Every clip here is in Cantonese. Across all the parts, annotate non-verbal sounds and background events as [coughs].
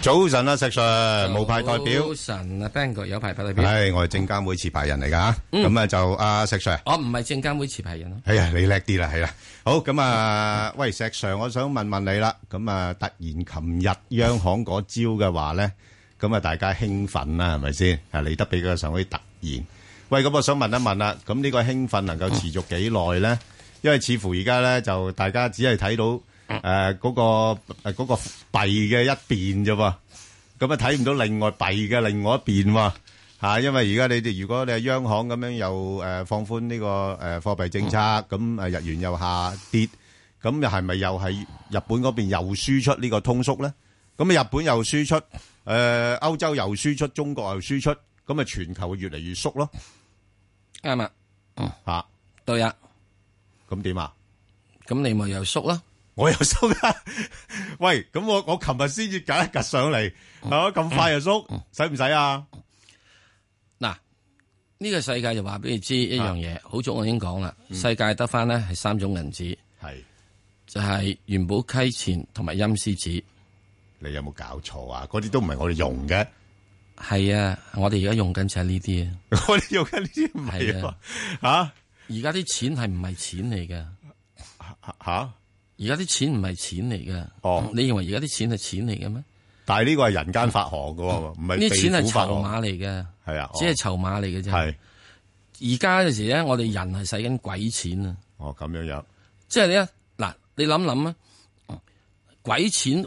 早晨啊，石 Sir，冇派代表早，晨啊，Bang 哥有排派代表，係我係證監會持牌人嚟噶，嗯咁啊就阿石 Sir，哦我唔係證監會持牌人咯。哎呀你叻啲啦，係啦，好咁啊，喂石 Sir，我想問問你啦，咁啊突然琴日央行嗰招嘅話咧，咁啊大家興奮啦，係咪先？啊嚟得比較上可以突然，喂咁我想問一問啦，咁呢個興奮能夠持續幾耐咧？因為似乎而家咧就大家只係睇到誒嗰個誒嗰個幣嘅一邊啫喎。咁啊睇唔到另外幣嘅另外一邊喎、嚇因為而家你哋如果你係央行咁樣又誒、呃放寬呢、個誒貨幣政策，咁、呃、日元又下跌，咁又係咪又係日本嗰邊又輸出呢個通縮咧？咁日本又輸出，誒、呃、歐洲又輸出，中國又輸出，咁啊全球越嚟越縮咯啱啊，嚇，對啊，咁點啊？咁你咪又縮咯。我又縮啦， [laughs] 喂，咁我我琴日先至夾一夾上嚟，係嘛咁快就縮，使唔使啊？嗱，呢個世界就話俾你知啊一樣嘢，好早我已經講啦，世界得翻呢係三種銀紙，嗯係。就係元寶溪錢同埋陰司紙。你有冇搞錯啊？嗰啲都唔係我哋用嘅，係啊，我哋而家用緊就係呢啲啊。 [laughs] 我哋用緊呢啲唔係啊嘛，而家啲錢係唔係錢嚟嘅？吓吓，而家啲錢唔係錢嚟嘅。哦你認為而家啲錢係錢嚟嘅咩？哦但係呢個係人間發行嘅喎，唔係呢啲政錢係府發行籌碼嚟嘅，係啊，只係籌碼嚟嘅啫。係而家嘅時咧，我哋人係使緊鬼錢啊！哦咁樣樣，即係咧，嗱，你諗諗啊，鬼錢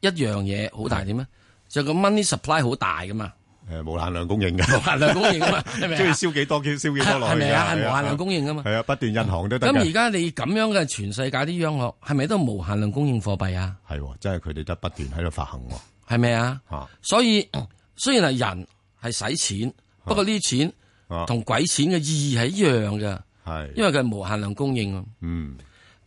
一樣嘢好大點啊？就個 money supply 好大噶嘛，誒無限量供應嘅，無限量供應噶嘛，係 [laughs] 咪中意啊？燒幾多燒幾多落係去咪嘅啊？係無限量供應噶嘛？係啊，不斷印行都得咁而嘅，家你咁樣嘅全世界啲央行係咪都無限量供應貨幣啊？係喎真係佢哋都不斷喺度發行喎係咪啊？嚇所以 [clears throat] 雖然係人係使錢，不過呢啲錢啊同鬼錢嘅意義係一樣嘅，係，因為佢係無限量供應啊。嗯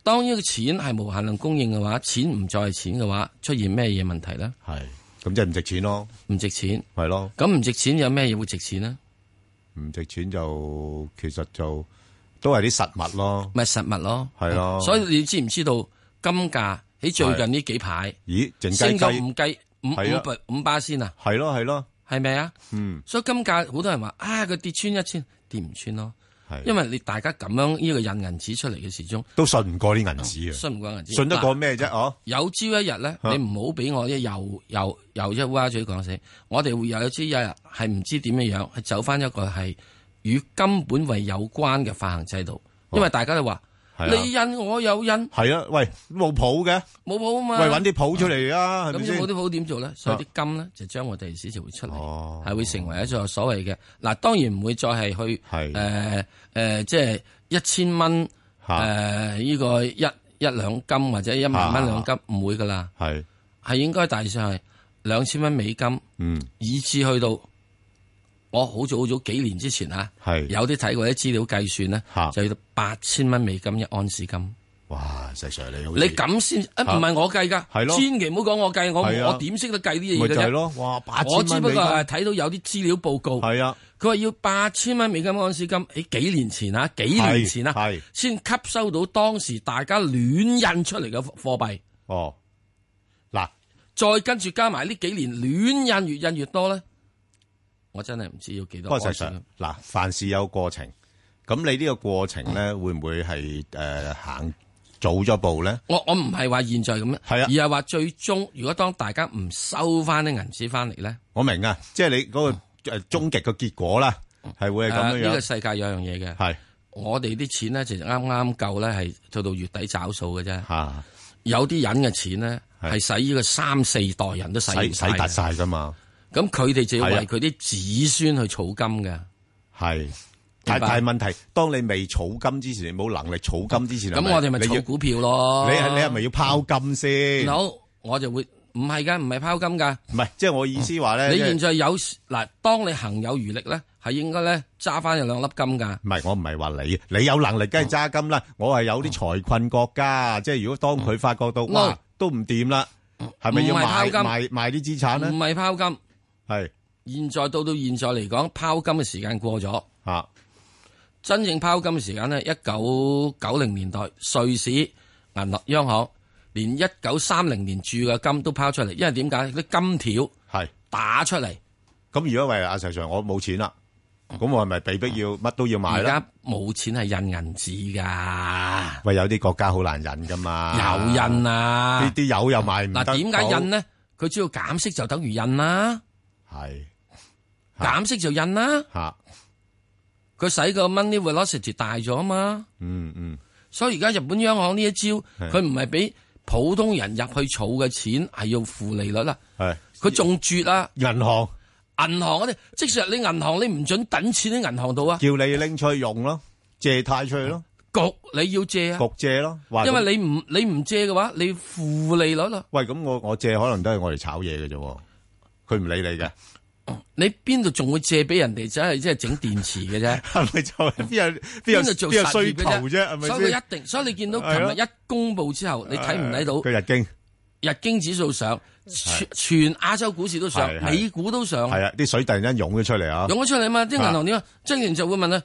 當呢個錢係無限量供應嘅話，錢唔再係錢嘅話，出現咩嘢問題咧？係，咁即係唔值錢咯，唔值錢。係咯，咁唔值錢有咩嘢會值錢呢？唔值錢就其實就都係啲實物咯，咪實物咯。係咯，所以你知唔知道金價喺最近呢幾排咦靜雞升咗雞五雞五係啊五百五巴仙啊？係咯係咯，係咪啊？嗯所以金價好多人話啊，佢跌穿一千跌唔穿咯，係，因為你大家咁樣呢個印銀紙出嚟嘅時鐘都信唔過啲銀紙啊！信唔過銀紙，信得過嗱咩啫？哦，有朝一日咧，啊你唔好俾我一又又又一烏鴉嘴講死，我哋會有朝一日係唔知點樣樣，係走翻一個係與金本位有關嘅發行制度，因為大家都話哦係啊你印我有印，係啊，喂，冇譜嘅，冇譜啊嘛。喂，揾啲譜出嚟啊，係咁咪有先冇啲？譜點做咧？所以啲金咧就將我哋時就會出嚟，啊哦係會成為一個所謂嘅嗱，當然唔會再係去係誒誒，即係一千蚊嚇誒呢個一一兩金或者一萬蚊兩金唔會噶啦。係，係應該大致上係兩千蚊美金，嗯，以至去到我好早好早幾年之前啊，係有啲睇過啲資料計算咧嚇，就要到八千蚊美金一安士金。哇，石 Sir 你好，你咁先啊？唔係我計㗎，係咯千祈唔好講我計，我係啊我點識得計啲咪嘢就嘅係啫？咯，哇，八千我只蚊不美過金，係睇到有啲資料報告，係啊，佢話要八千蚊美金安士金，喺幾年前啊，幾年前啊係係，先吸收到當時大家亂印出嚟嘅貨幣。哦，嗱，再跟住加埋呢幾年亂印越印越多咧，我真係唔知要幾不多過石安士 Sir 金。嗱，凡事有過程，咁你呢個過程咧，會唔會係誒行早咗步咧？我我唔係話現在咁樣，係啊而係話最終如果當大家唔收翻啲銀紙翻嚟咧，我明啊，即係你嗰個誒終極嘅結果啦，係會係啊咁呢樣個樣，世界有樣嘢嘅，係我哋啲錢咧就啱啱夠咧，係到到月底找數嘅啫。嚇，有啲人嘅錢咧係係使呢個三四代人都使唔使晒使突嘅，晒㗎嘛，咁佢哋就要係啊為佢啲子孫去儲金嘅。係但明白但係問題，當你未儲金之前，你冇能力儲金之前，係咁我哋咪你要炒股票咯。你係你係咪要拋金先？好，我就會唔係㗎，唔係拋金㗎。唔係，即係我意思話咧，你即係現在有嗱，當你行有餘力咧，係應該咧揸翻有兩粒金㗎。唔係，我唔係話你，你有能力梗係揸金啦。我係有啲財困國家，即係如果當佢發覺到哇 No 都唔掂啦，係咪要唔係賣拋金賣賣啲資產唔咧？係拋金。係現在到到現在嚟講，拋金嘅時間過咗，啊，真正拋金嘅時間呢，一九九零年代瑞士銀行央行連一九三零年鑄嘅金都拋出嚟，因為點解啲金條係。打出嚟，咁如果喂阿 Sir Sir，我冇錢啦，咁我係咪被逼要乜都要買而啦？家冇錢係印銀紙㗎，喂，有啲國家好難印噶嘛，有印啊呢！啲油又賣唔得嗱，點解到印？呢？佢只要減息就等於印啦，係嚇減息就印啦。嚇，佢使個 money velocity 大咗啊嘛，嗯嗯，所以而家日本央行呢一招，係佢唔係俾普通人入去儲嘅錢係要負利率啦，係佢仲絕啊！銀行銀行嗰啲，即使你銀行你唔准等錢喺銀行度啊，叫你拎出去用咯，借貸出去咯，焗你要借啊，焗借咯，話因咁為你唔你唔借嘅話，你負利率啦，喂，咁我我借可能都係我哋炒嘢嘅啫喎，佢唔理你嘅，你邊度仲會借俾人哋？只係即係整電池嘅啫。 [laughs] 嗯係咪就係邊有邊有邊度做邊有實需業求嘅啫？係咪所以佢先？一定，所以你見到係琴咯日一公佈之後，你睇唔睇佢到日經日經指數上，全全亞洲股市都上係，係美股都上，係啊，啲水突然間湧咗出嚟啊！湧咗出嚟嘛？啲銀行點啊？張然就會問啦：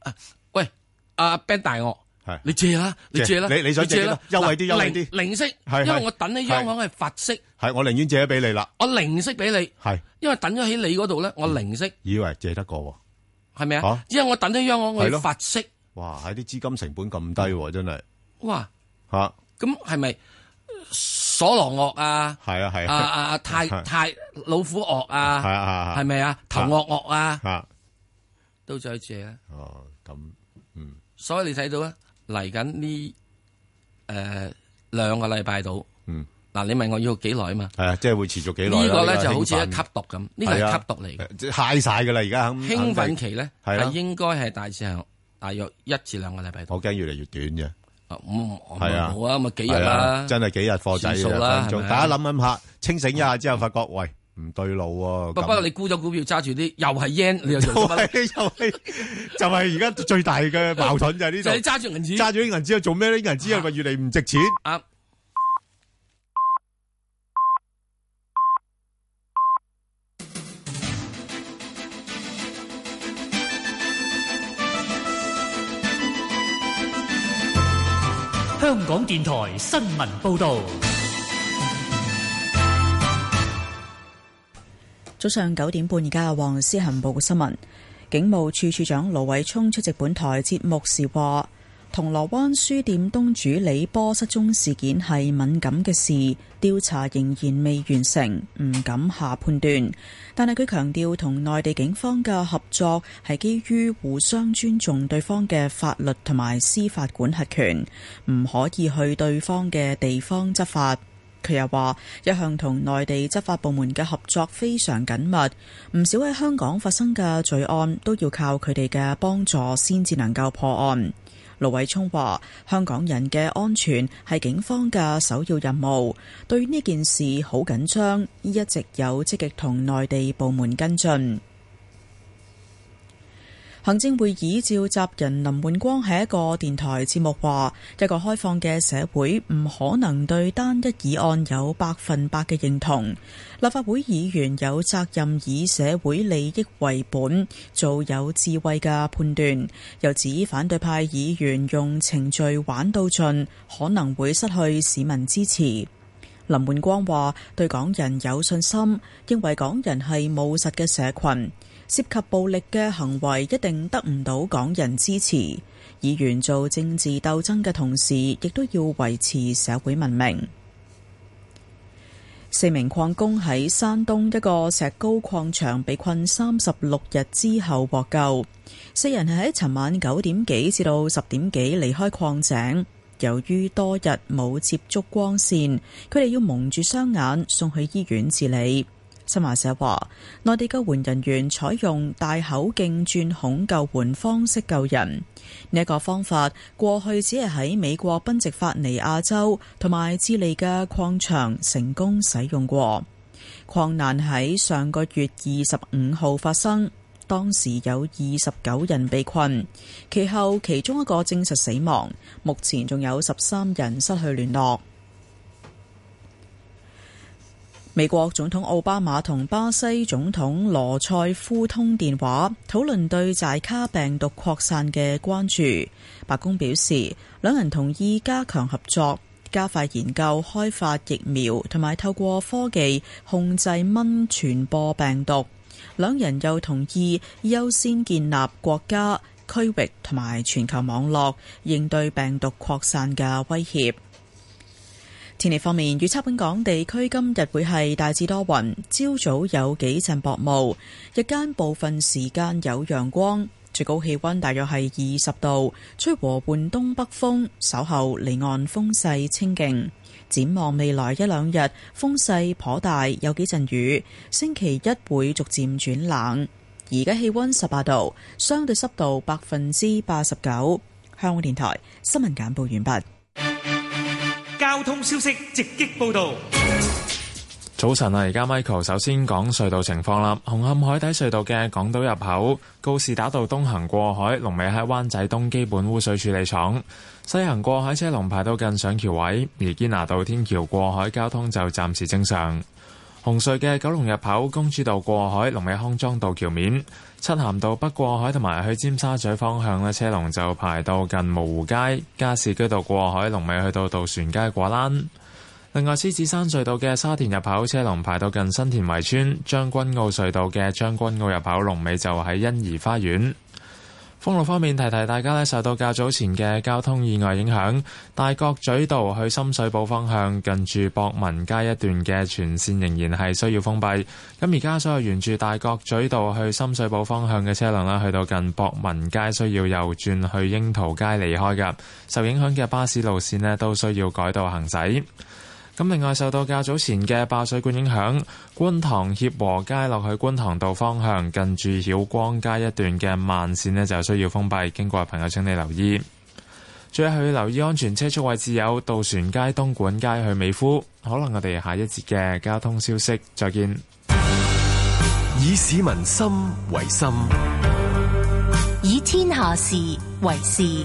啊喂，阿 Ben 大我係，你借啦，你借借啦，你你想借啦，幾多優惠啲嗱優惠啲零零息，係因係為我等喺央行係罰息，係我寧願借咗俾你啦，我零息俾你，係因為等咗喺你嗰度咧，我嗯零息以為借得過喎，係咪啊嚇？因為我等咗央行我係要咯罰息，哇！喺啲資金成本咁低喎，真係哇！嚇，係啊咁係咪所羅惡啊？係啊啊啊 [laughs] 啊！太係太老虎惡係啊，啊係咪啊？頭惡惡啊，嚇都再借啊！哦咁嗯所以你睇到咧，嚟緊呢誒兩個禮拜度，嗯嗱，你問我要幾耐啊嘛？係啊，即係會持續幾呢耐啦個咧呢就好似興奮一吸毒咁，呢個係吸毒嚟嘅。誒即係 high 晒㗎啦，而家肯興奮肯定期咧係啦哦係應該係大致上大約一至兩個禮拜度。我驚越嚟越短啫。啊咁我係啊冇啊，咪幾日係啦啊，。真係幾日貨仔算數啦分鐘係咪啊大家諗諗下，清醒一下之後，發覺喂唔對路喎。不不過你沽咗股票揸住啲又係 yen，你又就做 [laughs] 乜呢？係就係就係而家最大嘅矛盾就係呢就係你度，揸住銀紙。啊揸住啲銀紙去做咩咧？啲銀紙係咪越嚟唔值錢？啱。香港電台新聞報道，早上九點半，而家黃思恒報嘅新聞。警務處處長盧偉聰出席本台節目時話：銅鑼灣書店東主李波失蹤事件係敏感嘅事，調查仍然未完成，唔敢下判斷。但係佢強調同內地警方嘅合作係基於互相尊重對方嘅法律同埋司法管轄權，唔可以去對方嘅地方執法。佢又話：一向同內地執法部門嘅合作非常緊密，唔少喺香港發生嘅罪案都要靠佢哋嘅幫助先至能夠破案。盧偉聰話：香港人嘅安全係警方嘅首要任務，對呢件事好緊張，一直有積極同內地部門跟進。行政會議召集人林煥光喺一個電台節目話：一個開放嘅社會唔可能對單一議案有百分百嘅認同。立法會議員有責任以社會利益為本，做有智慧嘅判斷。又指反對派議員用程序玩到盡，可能會失去市民支持。林煥光話：對港人有信心，認為港人係務實嘅社群，涉及暴力嘅行為一定得唔到港人支持。議員做政治鬥爭嘅同時，亦都要維持社會文明。四名礦工喺山東一個石膏礦場被困三十六日之後獲救。四人係喺尋晚九點幾至到十點幾離開礦井，由於多日冇接觸光線，佢哋要蒙住雙眼送去醫院治理。新華社話，內地救援人員採用戴口徑鑽孔救援方式救人。呢一個方法過去只係喺美國賓夕法尼亞州同埋智利嘅礦場成功使用過。礦難喺上個月二十五號發生，當時有二十九人被困，其後其中一個證實死亡，目前仲有十三人失去聯絡。美國總統奧巴馬同巴西總統羅塞夫通電話，討論對寨卡病毒擴散嘅關注。白宮表示，兩人同意加強合作，加快研究開發疫苗，同埋透過科技控制蚊傳播病毒。兩人又同意優先建立國家、區域同埋全球網絡，應對病毒擴散嘅威脅。天氣方面，預測本港地區今日會係大致多雲，朝早有幾陣薄霧，日間部分時間有陽光，最高氣溫大約係二十度，吹和緩東北風，稍後離岸風勢清勁。展望未來一兩日風勢頗大，有幾陣雨。星期一會逐漸轉冷。而家氣溫十八度，相對濕度百分之八十九。香港電台新聞簡報完畢。交通消息直擊報道。早晨啊，而家 Michael 首先講隧道情況啦。紅磡海底隧道嘅港島入口告士打道東行過海，龍尾喺灣仔東基本污水處理廠；西行過海車龍排到近上橋位。而堅拿道天橋過海交通就暫時正常。紅隧嘅九龍入口公主道過海，龍尾康莊道橋面；漆咸道北過海同埋去尖沙咀方向呢，車龍就排到近蕪湖街；加士居道過海，龍尾去到渡船街果欄。另外，獅子山隧道嘅沙田入口車龍排到近新田圍村，將軍澳隧道嘅將軍澳入口龍尾就喺欣怡花園。封路方面，提提大家呢，受到較早前嘅交通意外影響，大角咀道去深水埗方向近住博文街一段嘅全線仍然係需要封閉。咁而家所有沿住大角咀道去深水埗方向嘅車輛啦，去到近博文街需要右轉去櫻桃街離開㗎。受影響嘅巴士路線呢，都需要改道行駛。咁另外受到較早前嘅爆水管影響，觀塘協和街落去觀塘道方向，近住曉光街一段嘅慢線呢就需要封閉，經過嘅朋友請你留意。最後要留意安全車速位置有渡船街、東莞街去美孚。可能我哋下一節嘅交通消息再見。以市民心為心，以天下事為事。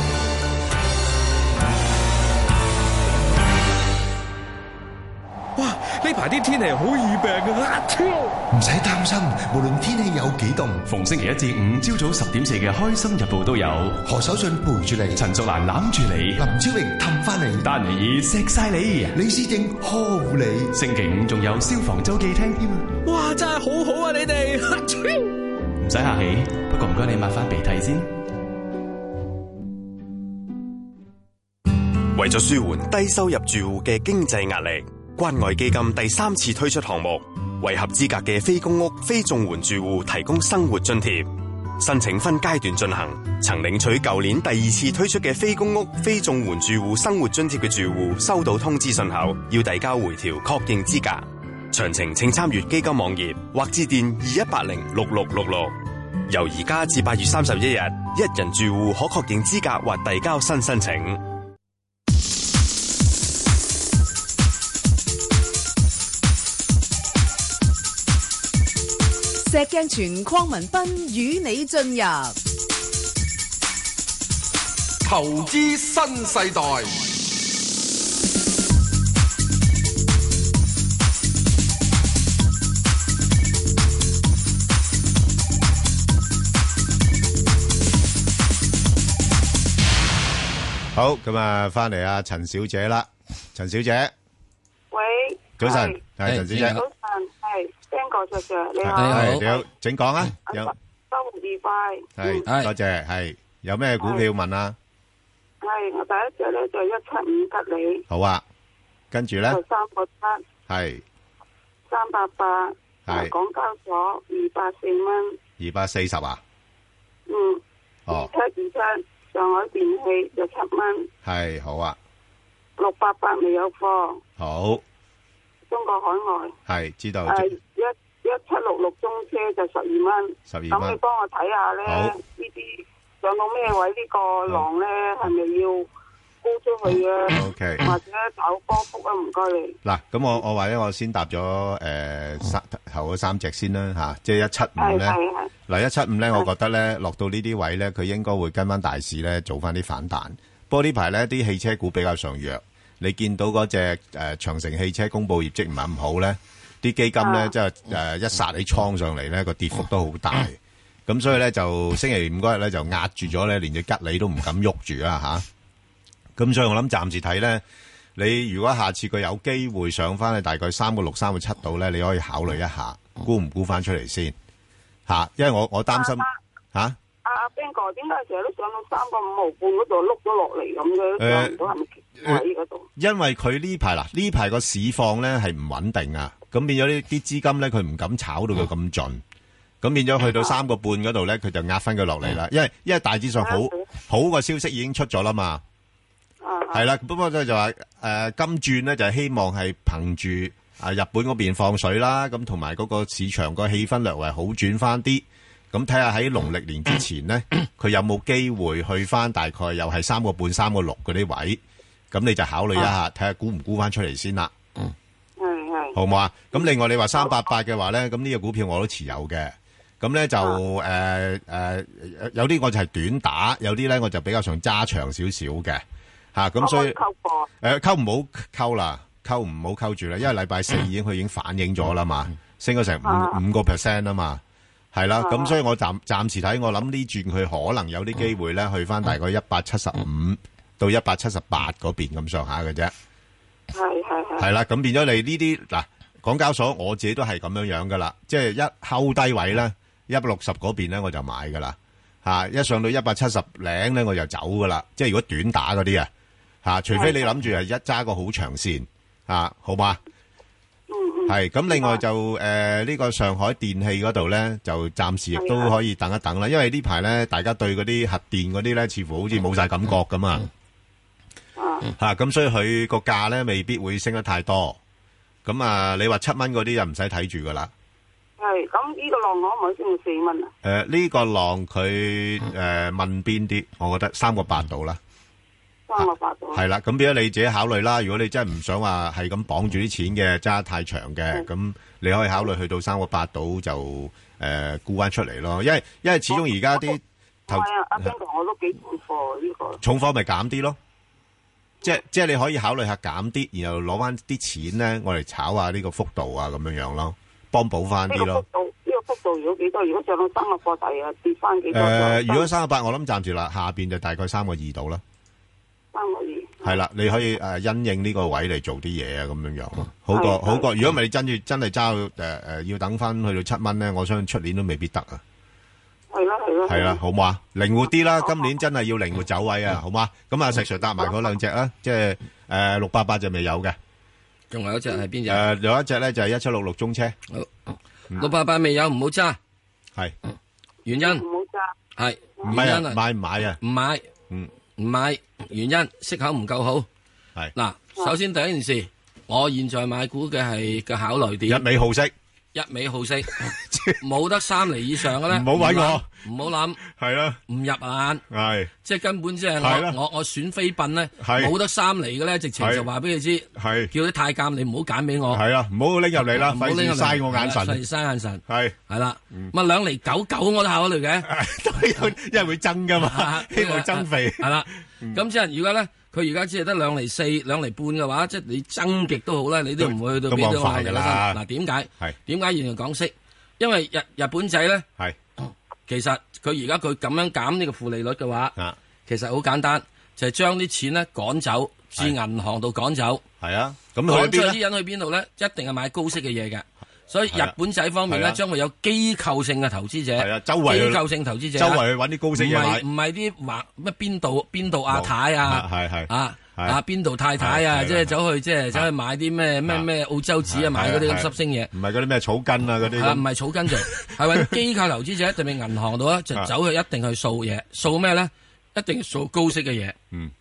哇！呢排啲天氣好易病啊！唔使擔心，無論天氣有幾凍，逢星期一至五朝早十點四嘅《開心日報》都有何守信陪住你，陳淑蘭攬住你，林超榮氹翻你，丹尼爾錫晒你，李思正呵護你。星期五仲有消防周記聽添啊！哇！真係好好啊，你 [laughs] 哋唔使客氣，不過唔該你抹翻鼻涕先。為咗舒緩低收入住戶嘅經濟壓力，關愛基金第三次推出項目，為合資格嘅非公屋、非綜援住戶提供生活津貼。申請分階段進行，曾領取舊年第二次推出嘅非公屋、非綜援住戶生活津貼嘅住戶，收到通知信後，要遞交回條確認資格。詳情請參閱基金網頁或致電二一八零六六六六。由而家至八月三十一日，一人住戶可確認資格或遞交新申請。石鏡泉鄺民彬與你進入投資新世代。好，咁啊，翻嚟啊，陳小姐啦，陳小姐，喂，早晨，係陳小姐，早晨，係 Ben 哥卓卓，你好，係你好，請講啊，有生活愉快，嗯係，多謝，係，有咩股票問啊？係我第一隻咧就一七五吉利，好啊，跟住咧，三個七，係，啊三八八，係港交所二百四蚊，二百四十啊，嗯，哦七二三上海電器就七蚊，系好啊，六八八未有貨，好中國海外。系知道，誒一一七六六中車就十二蚊， 12蚊咁你幫我睇下咧，好呢啲上到咩位呢個浪咧，係咪要沽出去啊 OK 或者炒波幅啊？唔該你。嗱，咁我-我或者我先答咗，誒，三-頭嗰三隻先啦，吓，即係175呢，嗯係，係，係。嗯嗱，175呢，我覺得呢，落到呢啲位呢，佢應該會跟返大市呢，做返啲反彈。不過呢排呢，啲汽車股比較上弱，你見到嗰隻，誒，長城汽車公佈業績唔係咁好呢，啲基金呢，啊即係，誒，一殺你倉上嚟呢，個跌幅都好大。咁所以呢，就星期五嗰日呢，就壓住咗呢，連隻吉利都唔敢喐住啊，吓。咁所以我諗暫時睇咧，你如果下次佢有機會上翻去大概三個六、三個七度咧，你可以考慮一下，估唔估翻出嚟先吓、因為我我擔心吓。啊阿阿 Ben 哥，點解成日都上到三個五毫半嗰度碌咗落嚟咁嘅？誒上唔到係咪位嗰度？呃因為佢呢排嗱呢排個市況咧係唔穩定啊，咁變咗呢啲資金咧佢唔敢炒到佢咁盡，咁變咗去到三個半嗰度咧，佢就壓翻佢落嚟啦。因為因為大致上好好個消息已經出咗啦嘛，係啦。不過就就話誒金轉咧就係希望係憑住啊日本嗰邊放水啦，咁同埋嗰個市場個氣氛略為好轉翻啲。咁睇下喺農曆年之前呢，佢有冇機會去翻大概又係三個半、三個六嗰啲位，咁你就考慮一下，睇下估唔估翻出嚟先啦，係係。好唔好啊？咁另外你話三八八嘅話呢，咁呢個股票我都持有嘅，咁呢就誒誒、呃有啲我就係短打，有啲呢我就比較想揸長少少嘅嚇，咁、所以。溝貨诶，沟唔好溝啦，溝唔好溝嗯住啦，因為禮拜四已經佢已經反映咗啦嘛，升咗成啊五五个 percent 啊嘛，係啦，咁啊所以我暫暂时睇，我諗呢轉佢可能有啲機會咧，去翻大概嗯一百七十五到一百七十八嗰邊咁上下嘅啫，係係係。係啦，咁變咗你呢啲嗱，港交所我自己都係咁樣樣噶啦，即係一溝低位咧，一百六十嗰邊咧我就買噶啦，吓、一上到一百七十零咧我就走噶啦，即係如果短打嗰啲啊。吓、除非你諗住係一揸個好長線吓、啊好嘛？係咁，另外就诶呢、個上海電器嗰度咧，就暫時亦都可以等一等啦，因為呢排咧大家對嗰啲核電嗰啲咧，似乎好似冇晒感覺咁啊。吓咁、所以佢個價咧未必會升得太多。咁啊，你話七蚊嗰啲就唔使睇住噶啦。係咁呢個浪可唔可以升到四蚊啊？诶、呢、個浪佢诶、問邊啲？我覺得三個八度啦。三個八度。系啦，咁變咗你自己考慮啦。如果你真係唔想話係咁綁住啲錢嘅，揸太長嘅，咁你可以考慮去到三個八度就诶沽翻出嚟咯。因為因为始終而家啲投係啊，阿 Ben 哥，我都幾重貨啊呢個。重貨咪減啲咯，即係即系你可以考慮下減啲，然後攞翻啲錢咧，我嚟炒下呢個幅度啊，咁樣樣咯，幫補翻呢啲個咯幅。度，呢個幅度如果幾多？如果上到三個貨底啊，跌翻幾诶、多？如果三個八，我諗暫住啦，下边就大概三個二度啦，三個二。係啦，你可以诶、呃因應呢個位嚟做啲嘢啊，咁樣樣咯，好過係好過。如果唔係，你真住真係揸到诶诶，要等翻去到七蚊咧，我相信出年都未必得啊。係啦，係啦，係啦，好唔好啊？靈活啲啦，今年真係要靈活走位啊，好嘛？咁啊，石 Sir 搭埋嗰兩隻啦，即係诶六八八就未有嘅。仲有一隻係邊只？诶，有一隻咧就係一七六六中車，六八八未有，唔好揸。係原因唔好揸。係唔係啊原因買唔買啊？唔買，嗯，唔買，原因息口唔夠好。係嗱，首先第一件事，我現在買股嘅係嘅考慮點，一味好色，一味好 [laughs] 息，冇得三厘以上嘅咧，唔好搵我唔好諗，系啦，唔入眼，係即係根本即係啦係我我我選妃笨咧，係冇得三厘嘅咧，直情係就話俾你知，係叫啲太監你唔好揀俾我，係啦，唔好拎入嚟啦，唔好費拎入事嚟嘥我眼神係啦費。事嘥眼神，係係啦，咁啊兩厘九九我都考慮嘅。因為會增噶嘛啊，希望 à, 增肥。系啦，咁即係如果咧，佢而家只係得兩厘四、兩厘半嘅話，即係你增極都好啦，你都唔會去都冇到俾咁到快㗎啦嗱，係點解？點解原來講息？因為日日本仔咧， [clears throat] 係其實佢而家佢咁樣減呢個負利率嘅話，啊，其實好簡單，就係將啲錢咧趕走，至銀行度趕走。係啊，咁趕去走邊啲咧？人去邊度咧？一定係買高息嘅嘢嘅。所以係日啊本仔方面係啊咧，將會有機構性嘅投資者，係啊周圍去機構性投資者，周圍去搵啲高息嘢買唔係唔係啲話咩邊度邊度亞太啊啊，係係啊啊邊度太太啊，係係即係走去即係走去買啲咩咩咩澳洲紙啊，買嗰啲咁濕星嘢。唔係嗰啲咩草根啊嗰啲咁。啊，唔係草根做，係 [laughs] 揾機構投資者，特別銀行度啊，就走去一定去掃嘢，掃咩咧？一定掃高息嘅嘢。嗯，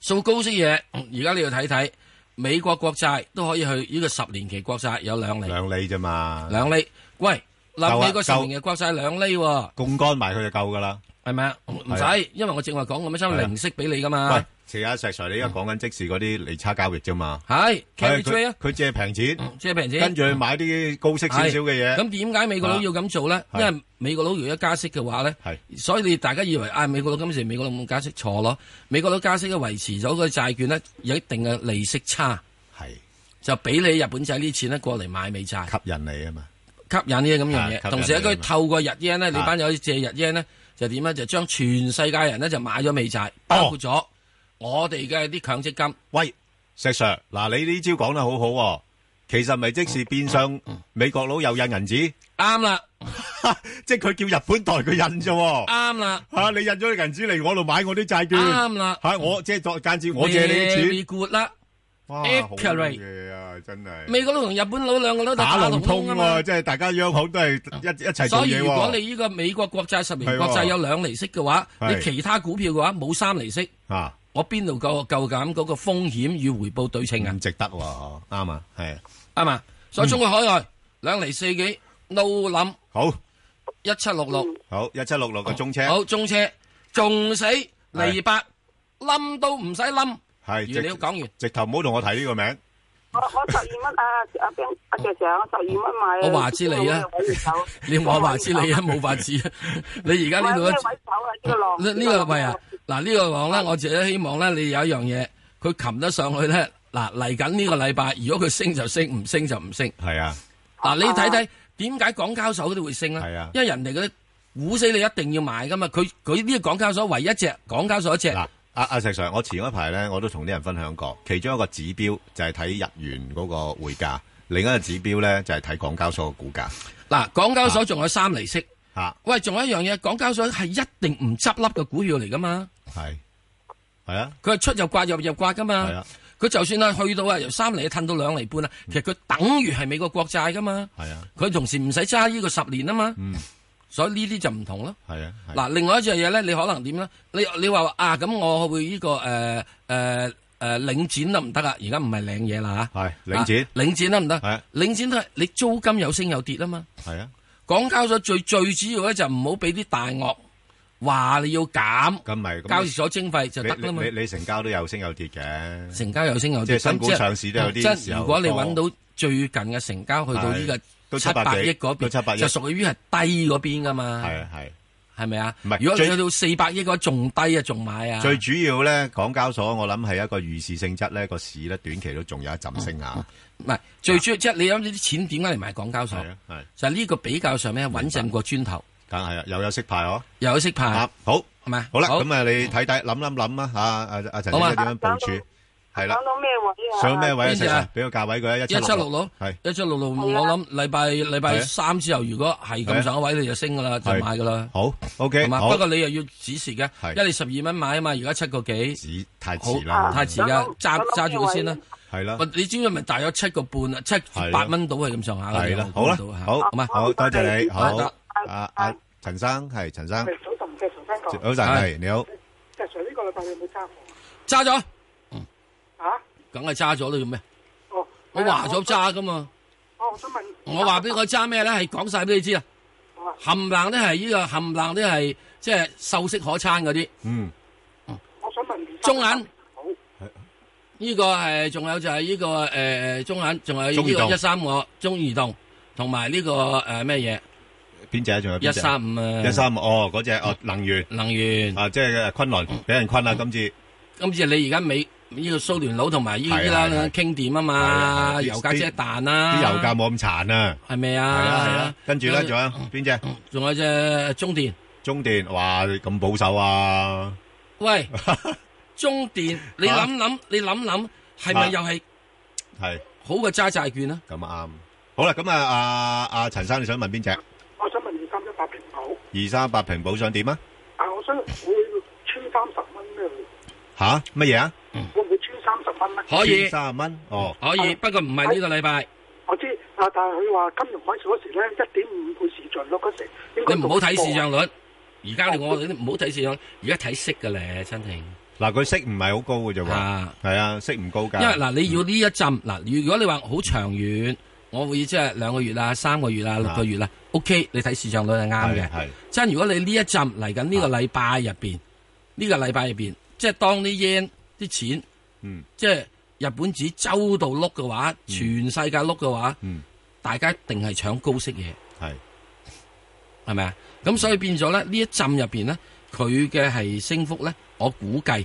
掃高息嘢，而家你要睇睇美國國債都可以去呢個十年期國債有兩厘，兩厘啫嘛，兩厘。喂，夠嗱，啊美國十年期國債兩厘喎，供乾埋佢就夠噶啦。係咪啊？唔係啊使，因為我正話講咁樣，收零息俾你喂噶嘛。，其實石 Sir，你而家講緊即時嗰啲利差交易啫嘛。係係佢 carry trade 啊，佢借平錢，即係平錢。跟住去買啲高息少少嘅嘢。啊係咁點解美國佬要咁做咧？因係為美國佬如果加息嘅話咧，所以你大家以為啊，美國佬今時美國佬冇加息錯咯。美國佬加息咧維持咗個債券咧有一定嘅利息差，係就俾你日本仔啲錢咧過嚟買美債，吸引你啊嘛，吸引呢啲咁啊吸樣引你嘢。同時咧，啊佢嘛透過日 yen 咧，你啊班友借日 yen 咧就點咧？就將全世界人咧就買咗美哦債，包括咗我哋嘅啲強積金。喂，石 Sir，嗱你呢招講得好好喎，其實咪即時變相美國佬又印銀紙，啱啦， [laughs] 即係佢叫日本代佢印啫喎。啱啦，嚇你印咗啲銀紙嚟我度買我啲債券，啱啦嚇我即係作間接我借你啲錢 Very，good 啦哇好，accurate。嘢啊，真係美國佬同日本佬兩個都打龍通啊喎，嘛。即係大家央行都係一一齊做所以嘢如果喎。你呢個美國國債十係年喎國債有兩厘息嘅話，係你其他股票嘅話冇三厘息，啊，我邊度夠夠減嗰個風險與回報對稱啊？唔值得喎，啱啊，係啱嘛？所以中國海外兩厘四幾，no 諗好，一七六六，好一七六六個中車，好中車仲死黎八冧都唔使冧，係如你都講完，直頭唔好同我提呢個名。我我十二蚊啊，阿冰阿石 Sir，我十二蚊買啊。我話知你啊呢個位走你我話知你啊，冇法子啊！你而家呢度喂一咩位走啊？呢個浪呢呢個喂啊，嗱呢個講咧，我自己希望咧，你有一樣嘢，佢擒得上去咧，嗱嚟緊呢個禮拜，如果佢升就升，唔升就唔升。係啊，嗱你睇睇點解港交所嗰啲會升咧？係啊，因為人哋嗰啲估死你一定要買噶嘛，佢佢呢個港交所唯一隻港交所一隻，阿阿石 Sir，我前嗰排咧，我都同啲人分享過，其中一個指標就係睇日元嗰個匯價，另一個指標咧就係睇港交所嘅股價。啊嗱港交所仲有三厘息。嚇，喂，仲有一樣嘢，港交所係一定唔執笠嘅股票嚟噶嘛，係係啊，佢係出又刮入入刮噶係嘛啊。嗯佢就算係去到啊由三厘褪到兩厘半啊，其實佢等於係美國國債噶嘛。係啊，佢同時唔使揸呢個十年啊嘛，所以呢啲就唔同咯。係啊，係嗱，另外一樣嘢咧，你可能點咧？你你話啊，咁我會呢、個呃誒誒誒呃領展得唔得啊？而家唔係領嘢啦嚇，係領展啊領展得唔係得？領展都係你租金有升有跌啊嘛。係啊，港交所最最主要咧就唔好俾啲大鱷話你要減咁咪咁交易所徵費就得你啦嘛。你你你成交都有升有跌嘅，成交有升有跌，即係新股咁上市都有啲即係時候如果你多揾到啊最近嘅成交去到呢係個都七700百億嗰都700邊，億就屬於係低嗰邊噶嘛。係啊係。係咪啊？唔係如果你最去到四百億嘅話，仲低啊，仲買啊？最主要咧，港交所我諗係一個預示性質咧，個市咧短期都仲有一陣升啊下。哦唔係最主要，即係你諗呢啲錢點解嚟買港交所？係就係呢個比較上面穩陣過磚頭。梗係啊，又有息派哦，又有息派。好，係咪？好啦，咁啊，你睇睇諗諗諗啦，吓阿阿陳好啊生點樣部署？係啦講，到咩位啊？à, 上咩位啊？邊隻石啊 Sir，俾個價位佢啊，一一七六六係，一七六六，我諗禮拜禮係拜啊三之後，如果係咁上一位，你就升噶啦，就係買噶啦。好，OK，係嘛？好不過你又要指示嘅，係因為你十二蚊買啊嘛，而家七個幾。指太好遲啦太遲啦，揸揸住佢先啦。係啦喂，你知唔知咪大約七個半啊？七係啦八蚊到係咁上下嘅係啦我，估好啦到啊嚇，好，嘛好多謝你，好得，阿阿陳生係陳生，早晨，石 Sir 聽早晨係你好，石 Sir 呢個禮拜你有冇揸貨？揸咗，嗯啊？梗係揸咗啦，做咩？哦，我話咗揸噶嘛。哦，我想問，哦我話俾佢揸咩咧，係講晒俾你知啊！冚冷都係呢個冚冷都係即係秀色可餐嗰啲。嗯，我想問中銀呢個係仲有就係呢個誒中銀，仲有中呢移動個一三五中移動同埋呢個誒咩嘢？邊隻啊仲有邊隻？ 135啊一三五哦，嗰隻哦能源，能源啊，即係昆崙俾人困啦，今次。今次你而家美呢個蘇聯佬同埋呢啲啦係係係傾點啊係係嘛，啲油價即係彈啦，啲油價冇咁殘啊，係咪係啊？啊係啊，跟住咧有仲有邊隻？仲有隻中電。中電，哇咁保守啊！ [laughs] 喂，中電你啊諗諗，你諗諗係咪啊又係係好過揸債券啊？咁啊啱。好啦，咁啊阿阿陳生你想問邊隻？我想問二三一八平保，二三八平保想點啊？啊，我想會穿三十蚊咩？吓乜嘢啊？會可以三蚊，哦，可以，不過唔係呢個禮拜，我知啊，但係佢話金融海嘯嗰時咧，一點五倍市漲率嗰時，應該你唔好睇市漲率。而家你我哋都唔好睇市漲，而家睇息嘅咧，真係。嗱，佢息唔係好高嘅啫喎，係啊，息唔高㗎。因為嗱，你要呢一浸嗱，如果你話好長遠，我會即係兩個月啊、三個月啊、六個月啦，OK，你睇市漲率係啱嘅。係即係如果你呢一浸嚟緊呢個禮拜入邊，呢個禮拜入邊，即係當啲 yen 啲錢，嗯，即係日本紙周到碌嘅話，全世界碌嘅話，嗯大家一定係搶高息嘢，係係咪啊？咁所以變咗咧，呢一浸入邊咧，佢嘅係升幅咧，我估計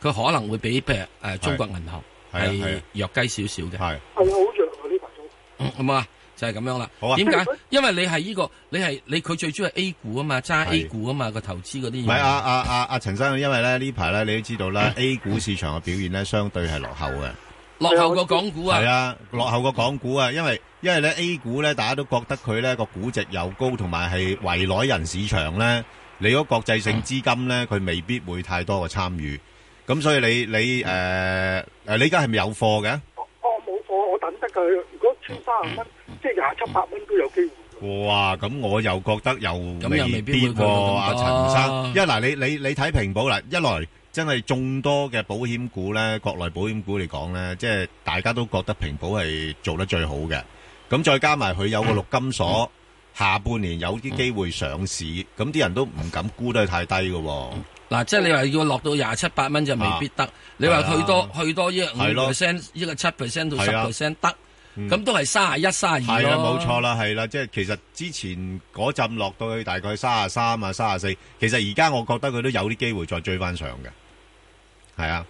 佢可能會比譬如誒中國銀行係啊係係啊弱雞少少嘅，係係好弱啊呢排都。好嘛？就係咁樣啦。好啊點解？因為你係呢個，你係你佢最主要係 A 股啊嘛，揸 A 股啊嘛，個投資嗰啲嘢。唔係啊啊啊啊陳生，因為咧呢排咧你都知道啦，A 股市場嘅表現咧相對係落後嘅。落後過港股啊。係啊，落後個港股啊，因為因為咧 A 股咧，大家都覺得佢咧個估值又高，同埋係圍內人市場咧，你嗰國際性資金咧，佢未必會太多嘅參與。咁所以你你誒誒、呃你而家係咪有貨嘅？我哦冇貨，我等得佢。如果穿三十蚊，嗯即係廿七八蚊都有機會。哇！咁我又覺得又咁又未未必必會喎，阿去陳到咁多生。因為嗱，你你你睇平保啦，一來真係眾多嘅保險股咧，國內保險股嚟講咧，即係大家都覺得平保係做得最好嘅。咁再加埋佢有個陸金所，下半年有啲機會上市，咁啲人都唔敢估得佢太低嘅喎。嗱，即係你話要落到廿七八蚊就未必得。你話去多去多一五係咯 percent，一個七 percent 到十係啊 percent 得，咁都係卅一卅二係咯。啦，冇錯。啦，係啦，即係其實之前嗰陣落到去大概三啊三啊三啊四，其實而家我覺得佢都有啲機會再追翻上嘅，係啊。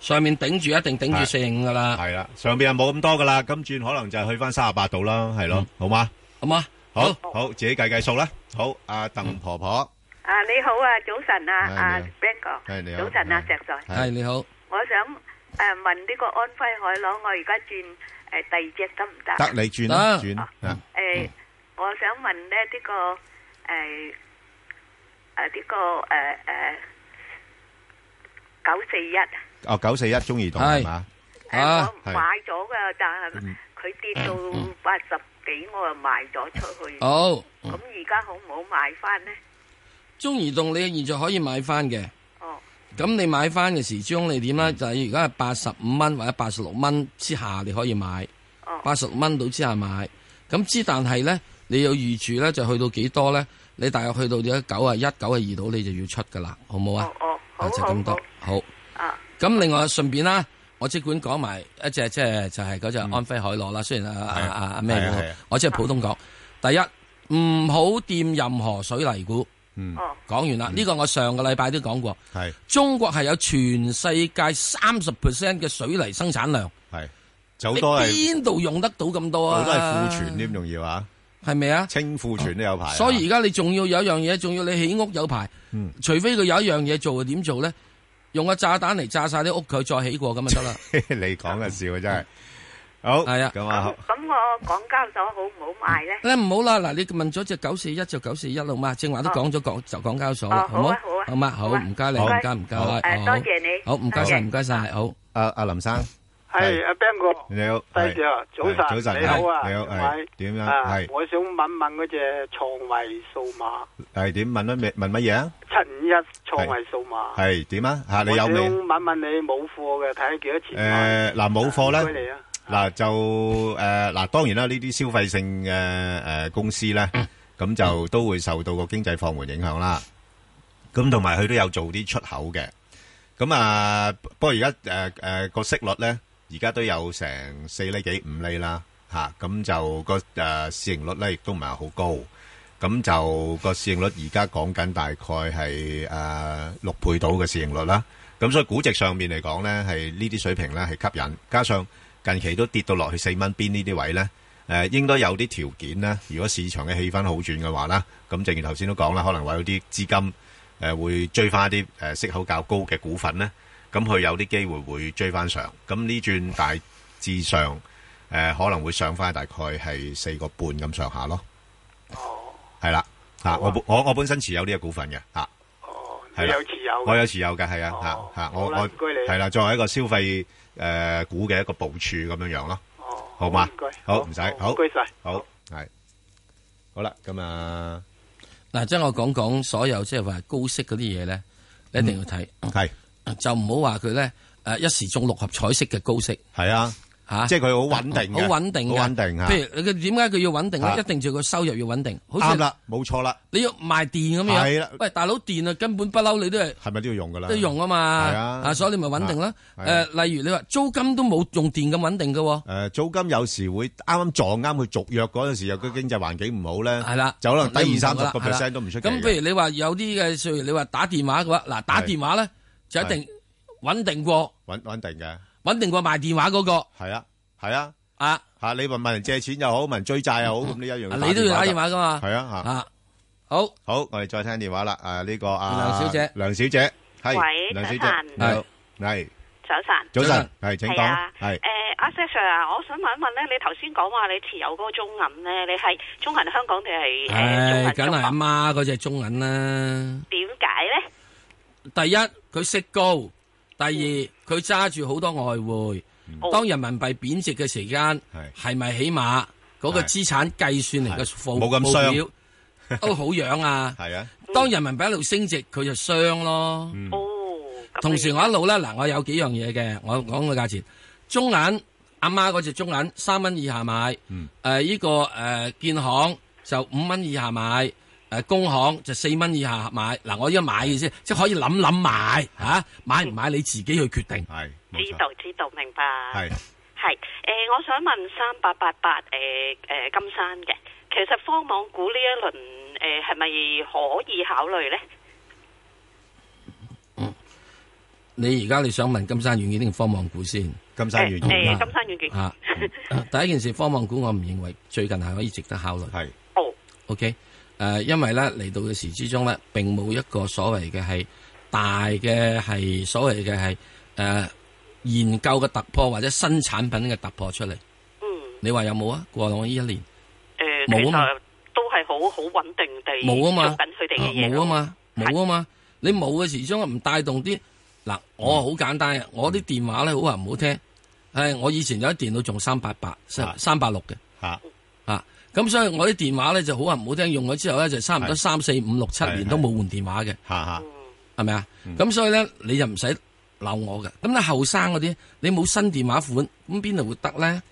上面頂住一定頂住四五噶啦。係啦，上边又冇咁多噶啦，咁轉可能就係去翻三十八度啦，係咯，好嘛？好嘛？好好，自己計計數啦。好，阿鄧婆婆，À, 啊，你好啊，早晨啊，係啊你好 Ben 哥，係你好早晨啊，石 Sir，係你好，我想 À, 诶问呢個安徽海螺，我而家轉诶第二隻得唔得？得你轉啦，Ờ. 轉啊，诶，我想問咧呢個 à, 诶诶呢個诶诶九四一，诶哦九四一中移動係嘛？À, 我係買咗 à, 噶，但係佢跌到八十幾，我就賣咗出去。好，咁而家好唔好買翻呢？中移動你現在可以買翻嘅。哦，咁你買翻嘅時鐘你點咧？就係而家係八十五蚊或者八十六蚊之下你可以買，哦八十六蚊到之下買。咁之但係咧，你要預住咧就去到幾多咧？你大約去到咗九啊一、九啊二度你就要出噶啦，好唔好啊？哦，好，就咁多，好。啊，咁另外順便啦，我即管講埋一隻即係就係嗰嗯隻安徽海螺啦。雖然啊啊啊啊咩係啊股係啊，我即係普通講。第一唔好掂任何水泥股。嗯哦，講完啦，呢個我上個禮拜都講過。係中國係有全世界三十 percent 嘅水泥生產量，係就好多係你邊度用得到咁多啊？好多係庫存添，仲要啊，係咪啊？清庫存都有排。所以而家你仲要有一樣嘢，仲要你起屋有排，嗯除非佢有一樣嘢做，點做咧？用個炸彈嚟炸晒啲屋，佢再起過咁就得啦。 [laughs] 你講嘅笑真係好，係啊，咁啊咁 à, 我港交所好唔好買呢？咧唔好啦，嗱，你問咗只九四一就九四一啦嘛，正話都講咗講就港交所啦，哦好唔好好啊好啊？好嘛，好好啊唔該你，好唔該唔該，好好誒多謝你好唔該多晒，謝唔該晒，好。阿阿林生，系阿 Ben 哥，你好，低姐啊，早係晨，早晨你好啊，係你好係喂點樣啊係我想問問嗰只創維數碼係點問乜問乜嘢啊？七五一創維數碼，係點啊？吓你我有想未？問問你冇貨嘅，睇下幾多錢買？诶，嗱冇貨唔該你咧啊，嗱就诶嗱，當然啦，呢啲消費性嘅诶公司咧，咁就都會受到個經濟放緩影響啦。咁同埋佢都有做啲出口嘅。咁啊，不過而家誒誒個息率咧，而家都有成四厘幾五厘啦，嚇、咁就個誒、呃市盈率咧，亦都唔係好高。咁就個市盈率而家講緊大概係誒六倍到嘅市盈率啦。咁所以估值上面嚟講咧，係呢啲水平咧係吸引，加上近期都跌到落去四蚊邊呢啲位咧。誒、應該有啲條件咧，如果市場嘅氣氛好轉嘅話啦，咁正如頭先都講啦，可能話有啲資金誒、會追翻啲誒息口較高嘅股份咧，咁佢有啲機會會追翻上。咁呢轉大致上誒、可能會上翻大概係四個半咁上 Ờ. 啊下咯。哦，係啦，嚇、我本我我本身持有呢個股份嘅嚇，係、係啊你啦有持有嘅哦我有持有嘅，係啊，吓吓，我好啦我唔該你係啦，作為一個消費诶股嘅一個部署咁樣樣咯，好嘛哦唔該？好唔使，好，唔該晒，好係好啦，咁啊，嗱，即係我講講所有即係話高息嗰啲嘢咧，你一定要睇。系、就唔好話佢咧誒一時中六合彩式嘅高息。係啊，嚇，即係佢好穩定嘅好穩定嘅好穩定啊譬如佢點解佢要穩定咧？啊一定就佢收入要穩定。好似啱啦，，冇錯啦，你要賣電咁樣。係啦喂，大佬電啊，根本不嬲你都係係咪都要用噶啦？都用啊嘛。係啊所以你咪穩定啦。係啊誒，例如你話租金都冇用電咁穩定嘅喎。誒，租金有時會啱啱撞啱佢續約嗰陣時，又個經濟環境唔好呢，就可能低啊你唔二、同㗎啦30%係啦都唔出奇嘅。咁譬如你話有啲嘅，譬如你話打電話嘅話，嗱打電話咧就一定穩定過穩-穩定嘅，係啊，係啊。穩定過賣電話嗰個。啊。嚇，你問問人借錢又好，問人追債又好，咁你一樣要你都要打電話㗎嘛。係啊，嚇。好。好，我哋再聽電話啦，啊，呢個啊，梁小姐。梁小姐，係，喂，梁小姐，早晨。你好，係，早晨，早晨係請講係啊，係誒，阿 Sir Sir 啊，我想問一問咧，你頭先講話你持有嗰個中銀咧，你係中銀香港定係唉，誒梗中銀係中阿國？媽嗰只中銀啦。點第解咧？一，佢息高；第二，嗯佢揸住好多外匯。當人民幣貶值嘅時間，係咪起碼嗰個資產計算嚟嘅報冇咁報傷表都好樣啊？ [laughs] 係啊。嗯當人民幣一路升值，佢就傷咯。同時我一路咧，嗱，我有幾樣嘢嘅，我講個價錢。中銀阿媽嗰只中銀三蚊以下買，嗯誒依個誒建行就五蚊以下買，誒工行就四蚊以下買。嗱，我依家買嘅先，即係可以諗諗買嚇，買唔買你自己去決定。係知道知道，明白。係係誒，我想問三八八八誒誒金山嘅，其實科網股呢一輪誒係咪可以考慮咧？你而家你想問金山軟件定科網股先？金山軟件誒誒金山軟件啊！第一件事，科網股我唔認為最近係可以值得考慮。係哦，OK，誒，因為咧嚟到嘅時之中咧，並冇一個所謂嘅係大嘅係所謂嘅係誒研究嘅突破或者新產品嘅突破出嚟。嗯，你話有冇啊？過往呢一年 [laughs] 誒，其冇啊嘛實都係好好穩定地冇啊嘛做緊佢哋嘅嘢冇咯啊嘛，冇啊嘛，你冇嘅時鐘啊唔帶動啲嗱，我啊好簡單嘅，我啲電話咧好話唔好聽，誒，我以前有啲電腦仲三八八、啊三三八六嘅，嚇嚇，咁所以我啲電話咧就好話唔好聽，用咗之後咧就差唔多三四五六七年都冇換電話嘅，嚇嗯嚇，嗯係咪啊？咁所以咧你就唔使鬧我嘅，咁你後生嗰啲你冇新電話款，咁邊度會得咧？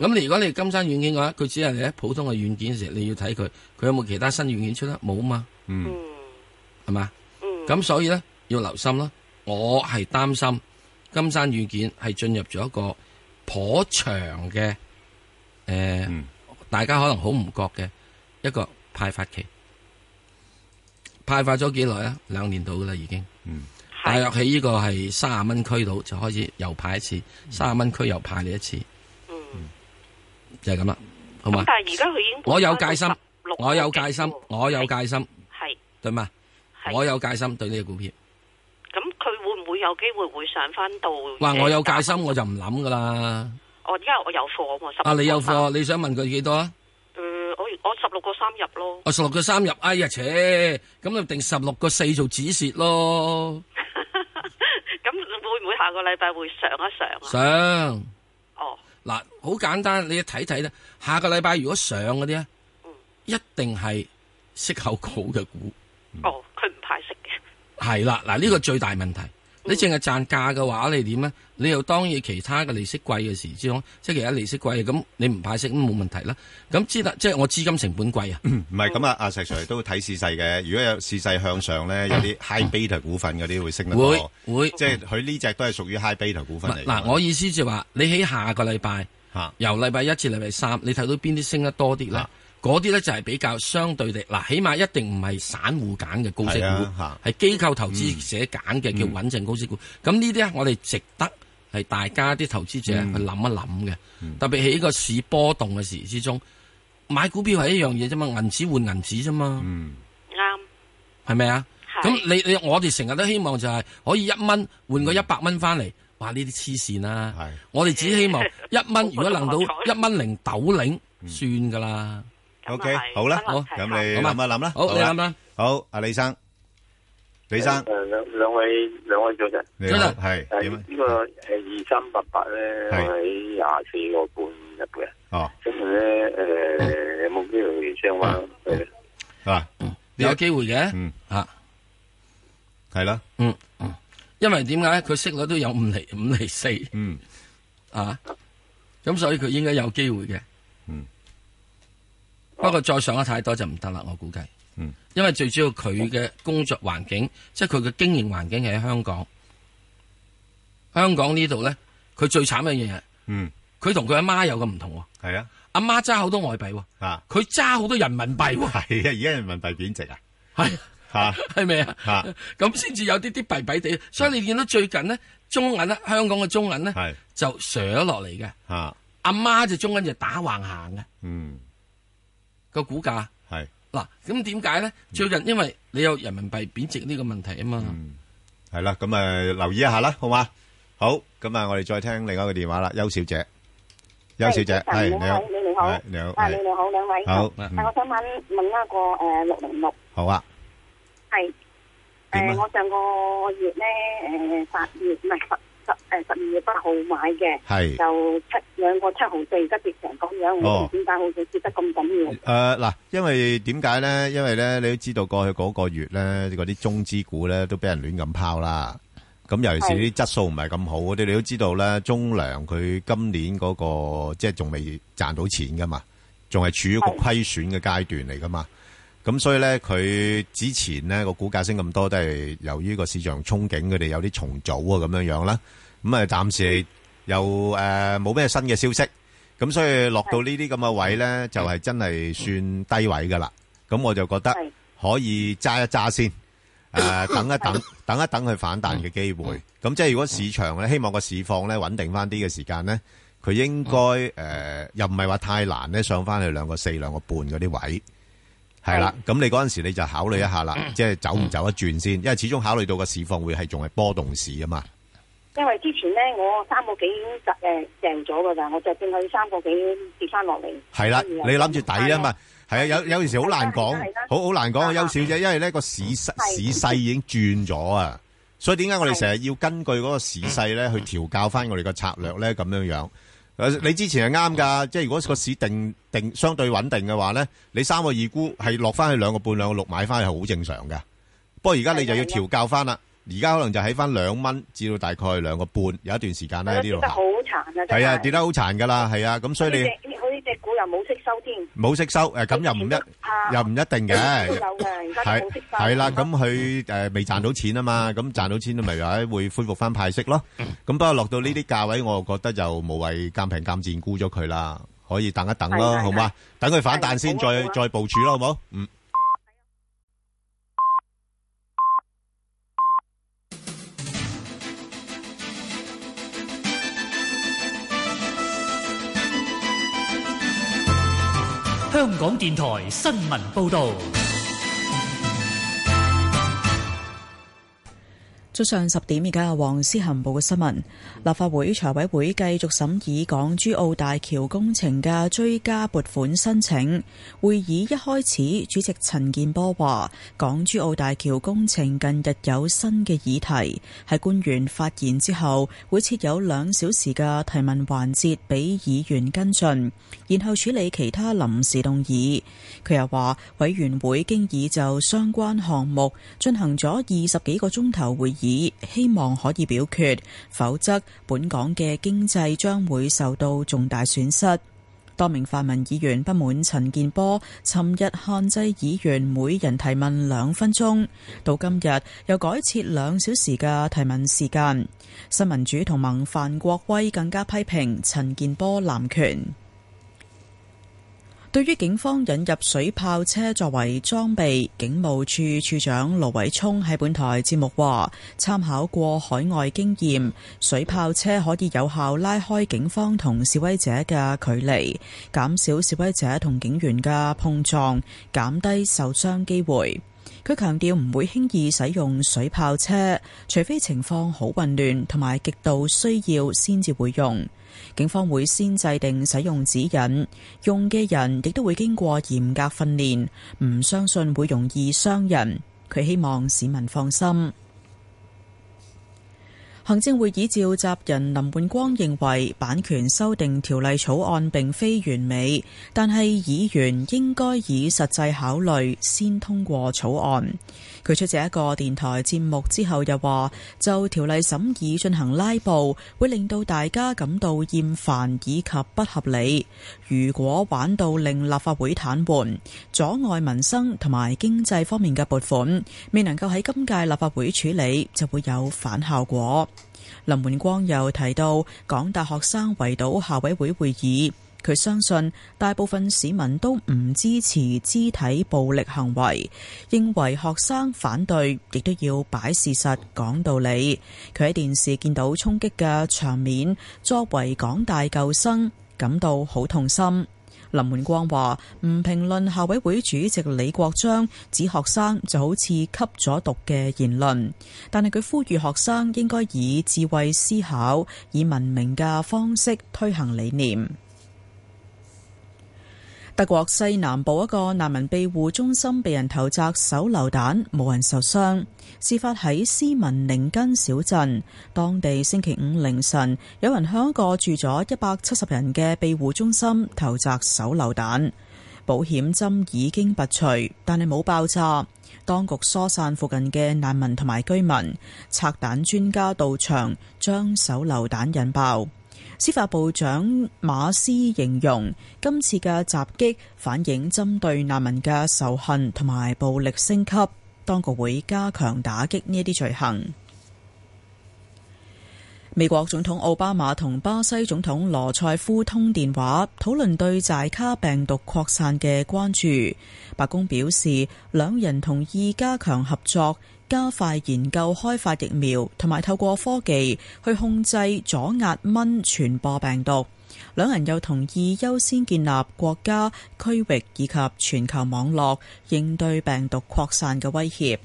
咁你如果你金山軟件嘅話，佢只係你喺普通嘅軟件時，你要睇佢，佢有冇其他新軟件出咧？冇啊嘛。嗯嗯系嘛？嗯咁所以咧要留心啦。我係擔心金山軟件係進入咗一個頗長嘅诶，呃大家可能好唔覺嘅一個派發期。派發咗幾耐啊？兩年到噶啦，已經。嗯。大約喺呢個係三十蚊區度就開始又派一次，三十蚊區又派你一次。嗯。就係咁啦，好嘛咁？但係而家佢已經我有戒心六，我有戒心，我有戒心，係。對嘛？啊我有戒心對呢個股票。咁佢會唔會有機會會上翻到？話我有戒心，我就唔諗噶啦。我因為我有貨啊嘛，十啊，你有貨，你想問佢幾多啊？誒、呃我我十六個三入咯， [laughs] 我十六個三入，哎呀，切，咁你定十六個四做止蝕咯。咁會唔會下個禮拜會上一上啊？想哦，嗱，好簡單，你睇睇咧。下個禮拜如果上嗰啲咧，嗯一定係息口高嘅股，哦，佢唔派息嘅，係啦。嗱，呢個最大問題。你淨係賺價嘅話，你點咧？你又當然其他嘅利息貴嘅時之中，即係其他利息貴嘅，咁你唔派息咁冇問題啦。咁知啦，即係我資金成本貴啊。唔係，咁啊，阿石Sir都睇市勢嘅，如果有市勢向上呢，有啲 high beta 股份嗰啲會升得多。會，會。即係佢呢隻都係屬於high beta 股份嚟㗎。嗱，我意思就話，你喺下個禮拜嚇，由禮拜一至禮拜三，你睇到邊啲升得多啲咧？嗰啲咧就係比較相對地，嗱，起碼一定唔係散户揀嘅高息係啊嗯股，係機構投資者揀嘅叫穩陣高息股。咁呢啲咧，我哋值得係大家啲投資者嗯去諗一諗嘅。特別喺呢個市波動嘅時之中，買股票係一樣嘢啫嘛，銀紙換銀紙啫嘛。嗯啱系咪啊？咁你你我哋成日都希望就係可以一蚊換嗯個一百蚊翻嚟，哇！呢啲黐線啦，我哋只希 [laughs] 望一蚊如果能到一蚊零豆領算噶啦。嗯啊 OK，好啦，好，咁你好諗嘛一諗啦，好好你啦。諗啦。好，阿李生。李生誒兩兩位兩位早晨，你好早晨係誒點啊呢個誒二三八八咧，我係喺廿四個半入嘅，哦，嗯跟住咧誒有冇機會相話誒？啊，你有機會嘅，吓嗯係啦，嗯，嗯因為點解佢息率都有五厘五厘四，嗯，啊，咁所以佢應該有機會嘅，嗯，不過再上得太多就唔得啦，我估計，嗯，因為最主要佢嘅工作環境，即係佢嘅經營環境係喺香港，香港呢度咧，佢最慘嘅一樣嘢，嗯，佢同佢阿媽有個唔同喎。係啊，阿媽揸好多外幣喎，啊，佢揸好多人民幣係喎，啊，而家人民幣貶值啊，係吓，係咪啊？吓，咁先至有啲啲弊弊地，所以你見到最近呢，中銀呢，香港嘅中銀呢，就上落嚟嘅，吓，阿媽就中銀就打橫行嘅啊嗯，個股價。係嗱，咁點解呢？最近因為你有人民幣貶值呢個問題啊嘛，係啦，咁啊留意一下啦，好嘛？好，咁啊，我哋再聽另外一個電話啦，邱小姐，邱小姐，啊早晨係兩你好位，，你係你好，好，啊，係你哋好，兩位。好啊嗯我想問問一個呃誒六零六好啊，係點啊誒，我上個月咧誒八月唔係十十誒十二月八號買嘅，係哦就七兩個七毫四，而家跌成咁樣，我唔知點解好似跌得咁緊要？诶，呃嗱、因為點解咧？因為咧，你都知道過去嗰個月咧，嗰啲中資股咧都俾人亂咁拋啦。咁尤其是啲質素唔係咁好嗰啲，你都知道咧，中糧佢今年嗰、個即係仲未賺到錢噶嘛，仲係處於一個虧損嘅階段嚟噶嘛。咁所以咧，佢之前咧個股價升咁多，都係由於個市場憧憬佢哋有啲重組啊咁樣樣啦。咁啊，暫時又誒呃冇咩新嘅消息，咁所以落到呢啲咁嘅位咧，就係真係算低位噶啦。咁我就覺得可以揸一揸先，誒、呃等一等，等一等佢反彈嘅機會。咁即係如果市場咧，希望個市況咧穩定翻啲嘅時間咧，佢應該誒、又唔係話太難咧，上翻去兩個四、兩個半嗰啲位。系啦，咁你嗰阵时你就考慮一下啦，即係走唔走一轉先，因為始終考慮到個市況會係仲係波動市啊嘛。因為之前咧我三個幾已經就誒贏咗㗎啦，我就見佢三個幾跌翻落嚟。係啦，跟住又你諗住抵啊嘛，係啊，有有阵时好難講，係啦好好難講啊，邱小姐，因為呢個市勢市势已經轉咗啊，所以點解我哋成日要根據嗰個市勢 [laughs] 咧去調教翻我哋個策略咧咁樣樣？呃你之前係啱㗎，即係如果個市定定相對穩定嘅話咧，你三個二沽係落翻去兩個半、兩個六買翻係好正常㗎。不過而家你就要調教翻啦，而家可能就喺翻兩蚊至到大概兩個半，有一段時間咧喺呢跌度得好行，慘啊！真係啊，跌得好殘㗎啦，係啊，咁所以你。呢隻佢呢只股又冇息收添。冇息收，誒咁又唔一又唔一定都嘅，有嘅，而家係都冇息收。係啦，咁佢誒未賺到錢啊嘛，咁賺到錢咪話會恢復翻派息咯。咁不過落到呢啲價位，我覺得就無謂鑑平鑑賤沽咗佢啦，可以等一等咯，係係好嘛？等佢反彈先，係好啊再好啊再部署咯，好冇？嗯，香港電台新聞報導，早上十點，而家有黃思恒報嘅新聞。立法會財委會繼續審議港珠澳大橋工程嘅追加撥款申請。會議一開始，主席陳健波話：港珠澳大橋工程近日有新嘅議題，喺官員發言之後，會設有兩小時嘅提問環節俾議員跟進，然後處理其他臨時動議。佢又話，委員會經已就相關項目進行咗二十幾個鐘頭會議，希望可以表決，否則本港嘅經濟將會受到重大損失。多名泛民議員不滿陳健波，尋日限制議員每人提問兩分鐘，到今日又改設兩小時嘅提問時間。新民主同盟范國威更加批評陳健波濫權。對於警方引入水炮車作為裝備，警務處處長盧偉聰喺本台節目話：參考過海外經驗，水炮車可以有效拉開警方同示威者嘅距離，減少示威者同警員嘅碰撞，減低受傷機會。佢強調唔會輕易使用水炮車，除非情況好混亂同埋極度需要先至會用。警方會先制定使用指引，用嘅人亦都會經過嚴格訓練，唔相信會容易傷人。佢希望市民放心。行政會議召集人林煥光認為，版權修訂條例草案並非完美，但係議員應該以實際考慮先通過草案。佢出席一個電台節目之後又話，就條例審議進行拉布，會令到大家感到厭煩以及不合理。如果玩到令立法會癱瘓，阻礙民生同埋經濟方面嘅撥款，未能夠喺今屆立法會處理，就會有反效果。林煥光又提到，港大學生圍堵校委會會議，佢相信大部分市民都唔支持肢體暴力行為，認為學生反對亦都要擺事實講道理。佢喺電視見到衝擊嘅場面，作為港大舊生，感到好痛心。林煥光話：唔評論校委會主席李國章指學生就好似吸咗毒嘅言論，但係佢呼籲學生應該以智慧思考，以文明嘅方式推行理念。德國西南部一個難民庇護中心被人投擲手榴彈，冇人受傷。事發喺斯文寧根小鎮，當地星期五凌晨有人向一個住咗一百七十人嘅庇護中心投擲手榴彈，保險針已經拔除，但係冇爆炸。當局疏散附近嘅難民同埋居民，拆彈專家到場將手榴彈引爆。司法部長馬斯形容今次嘅襲擊反映針對難民嘅仇恨同埋暴力升級，當局會加強打擊呢一啲罪行。美國總統奧巴馬同巴西總統羅塞夫通電話，討論對寨卡病毒擴散嘅關注。白宮表示，兩人同意加強合作。加快研究開發疫苗，同埋透過科技去控制阻壓蚊傳播病毒。兩人又同意優先建立國家、區域以及全球網絡，應對病毒擴散嘅威脅。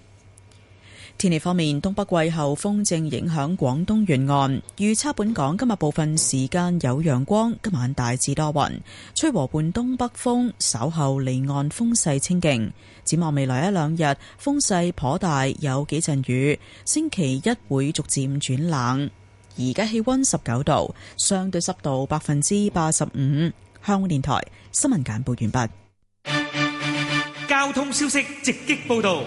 天氣方面，東北季候風正影響廣東沿岸，預測本港今日部分時間有陽光，今晚大致多雲，吹和緩東北風，稍後離岸風勢清勁。展望未來一兩日風勢頗大，有幾陣雨。星期一會逐漸轉冷。而家氣溫十九度，相對濕度百分之八十五。香港電台新聞簡報完畢。交通消息直擊報道。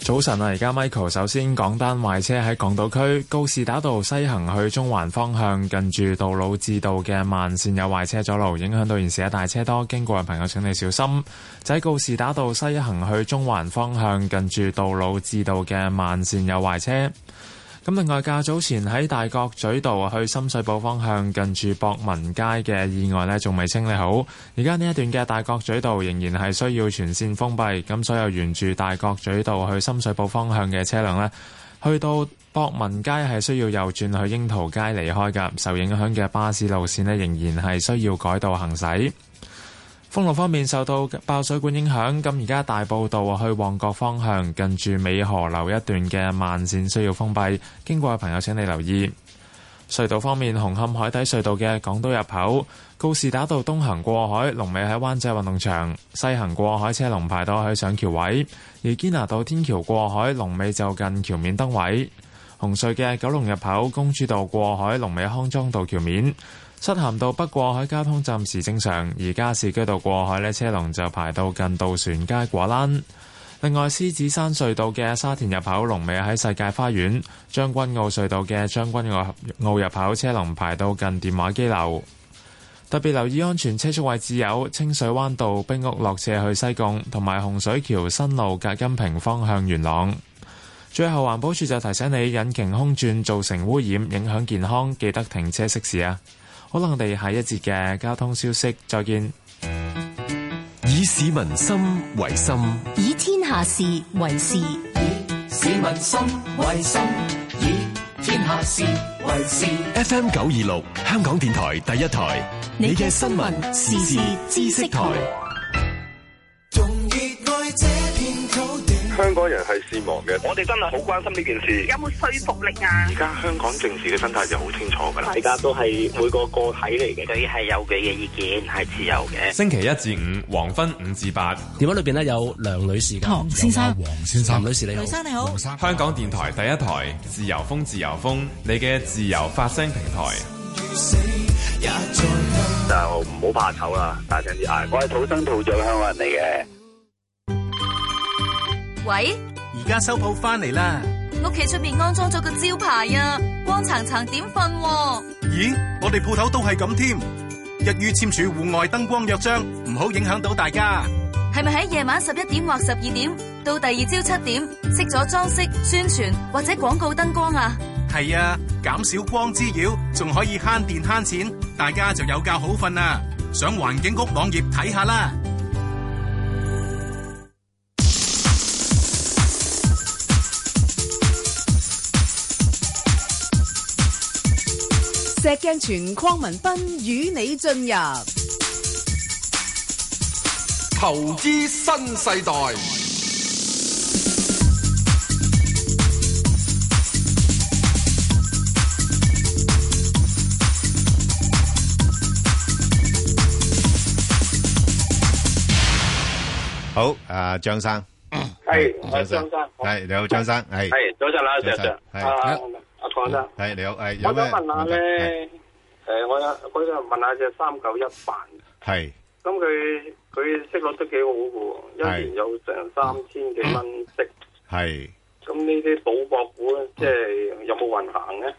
早晨啊！而家 Michael 首先講單壞車喺港島區告士打道西行去中環方向，近住道路至道嘅慢線有壞車阻路，影響到現時一大車多，經過嘅朋友請你小心。就喺告士打道西行去中環方向，近住道路至道嘅慢線有壞車。咁另外，較早前喺大角咀道去深水埗方向，近住博文街嘅意外呢，仲未清理好。而家呢一段嘅大角咀道仍然係需要全線封閉，咁所有沿住大角咀道去深水埗方向嘅車輛呢，去到博文街係需要右轉去櫻桃街離開㗎。受影響嘅巴士路線呢，仍然係需要改道行駛。封路方面受到爆水管影響，咁而家大埔道啊去旺角方向近住美荷樓一段嘅慢線需要封閉，經過嘅朋友請你留意。隧道方面，紅磡海底隧道嘅港島入口告士打道東行過海，龍尾喺灣仔運動場；西行過海車龍排到去上橋位，而堅拿道天橋過海龍尾就近橋面燈位。紅隧嘅九龍入口公主道過海龍尾康莊道橋面。漆咸道北過海交通暫時正常，而家市區道過海呢，車龍就排到近渡船街果欄。另外，獅子山隧道嘅沙田入口龍尾喺世界花園，將軍澳隧道嘅將軍澳澳入口車龍排到近電話機樓。特別留意安全車速位置有清水灣道、冰屋落斜去西貢，同埋洪水橋新路隔音屏方向元朗。最後，環保署就提醒你引擎空轉造成污染，影響健康，記得停車熄匙啊！可能我哋下一節嘅交通消息再見。以市民心為心，以天下事為事。以市民心為心，以天下事為事。 FM 九二六，香港電台第一台，你嘅新聞時事知識台。仲熱愛這片土地。香香港人係善忘嘅，我哋真係好關心呢件事。有冇說服力啊而？家香港政治嘅生態就好清楚㗎啦，大家都係每個個體嚟嘅，佢係有佢嘅意見，係自由嘅。星期一至五黃昏五至八，電話裏邊咧有梁女士嘅，唐先生有阿啊黃先生，梁女士你好，你好，香港電台第一台自由風自由風，你嘅自由發聲平台。就唔好怕醜啦，大聲啲嗌！我係土生土長香港人嚟嘅。喂，而家收鋪翻嚟啦。屋企出面安裝咗個招牌啊，光層層點瞓喎？咦，我哋鋪頭都係咁添，一於簽署戶外燈光約章，唔好影響到大家。係咪喺夜晚十一點或十二點到第二朝七點熄咗裝飾、宣傳或者廣告燈光啊？係啊，減少光滋擾，仲可以慳電慳錢，大家就有覺好瞓啦。上環境局網頁睇下啦。石鏡泉鄺民彬與你進入投資新世代，好，啊，張生，係，我係張生張生，係你好，張生，係，係早晨啦，早晨石 Sir，係啊好阿唐生，係你好，係有我咩想問下咧，誒，我有我想問下只三九一八，係咁佢佢息率都幾好嘅喎，一年有成三千幾蚊息，係咁呢啲賭博股咧，即係有冇運行咧？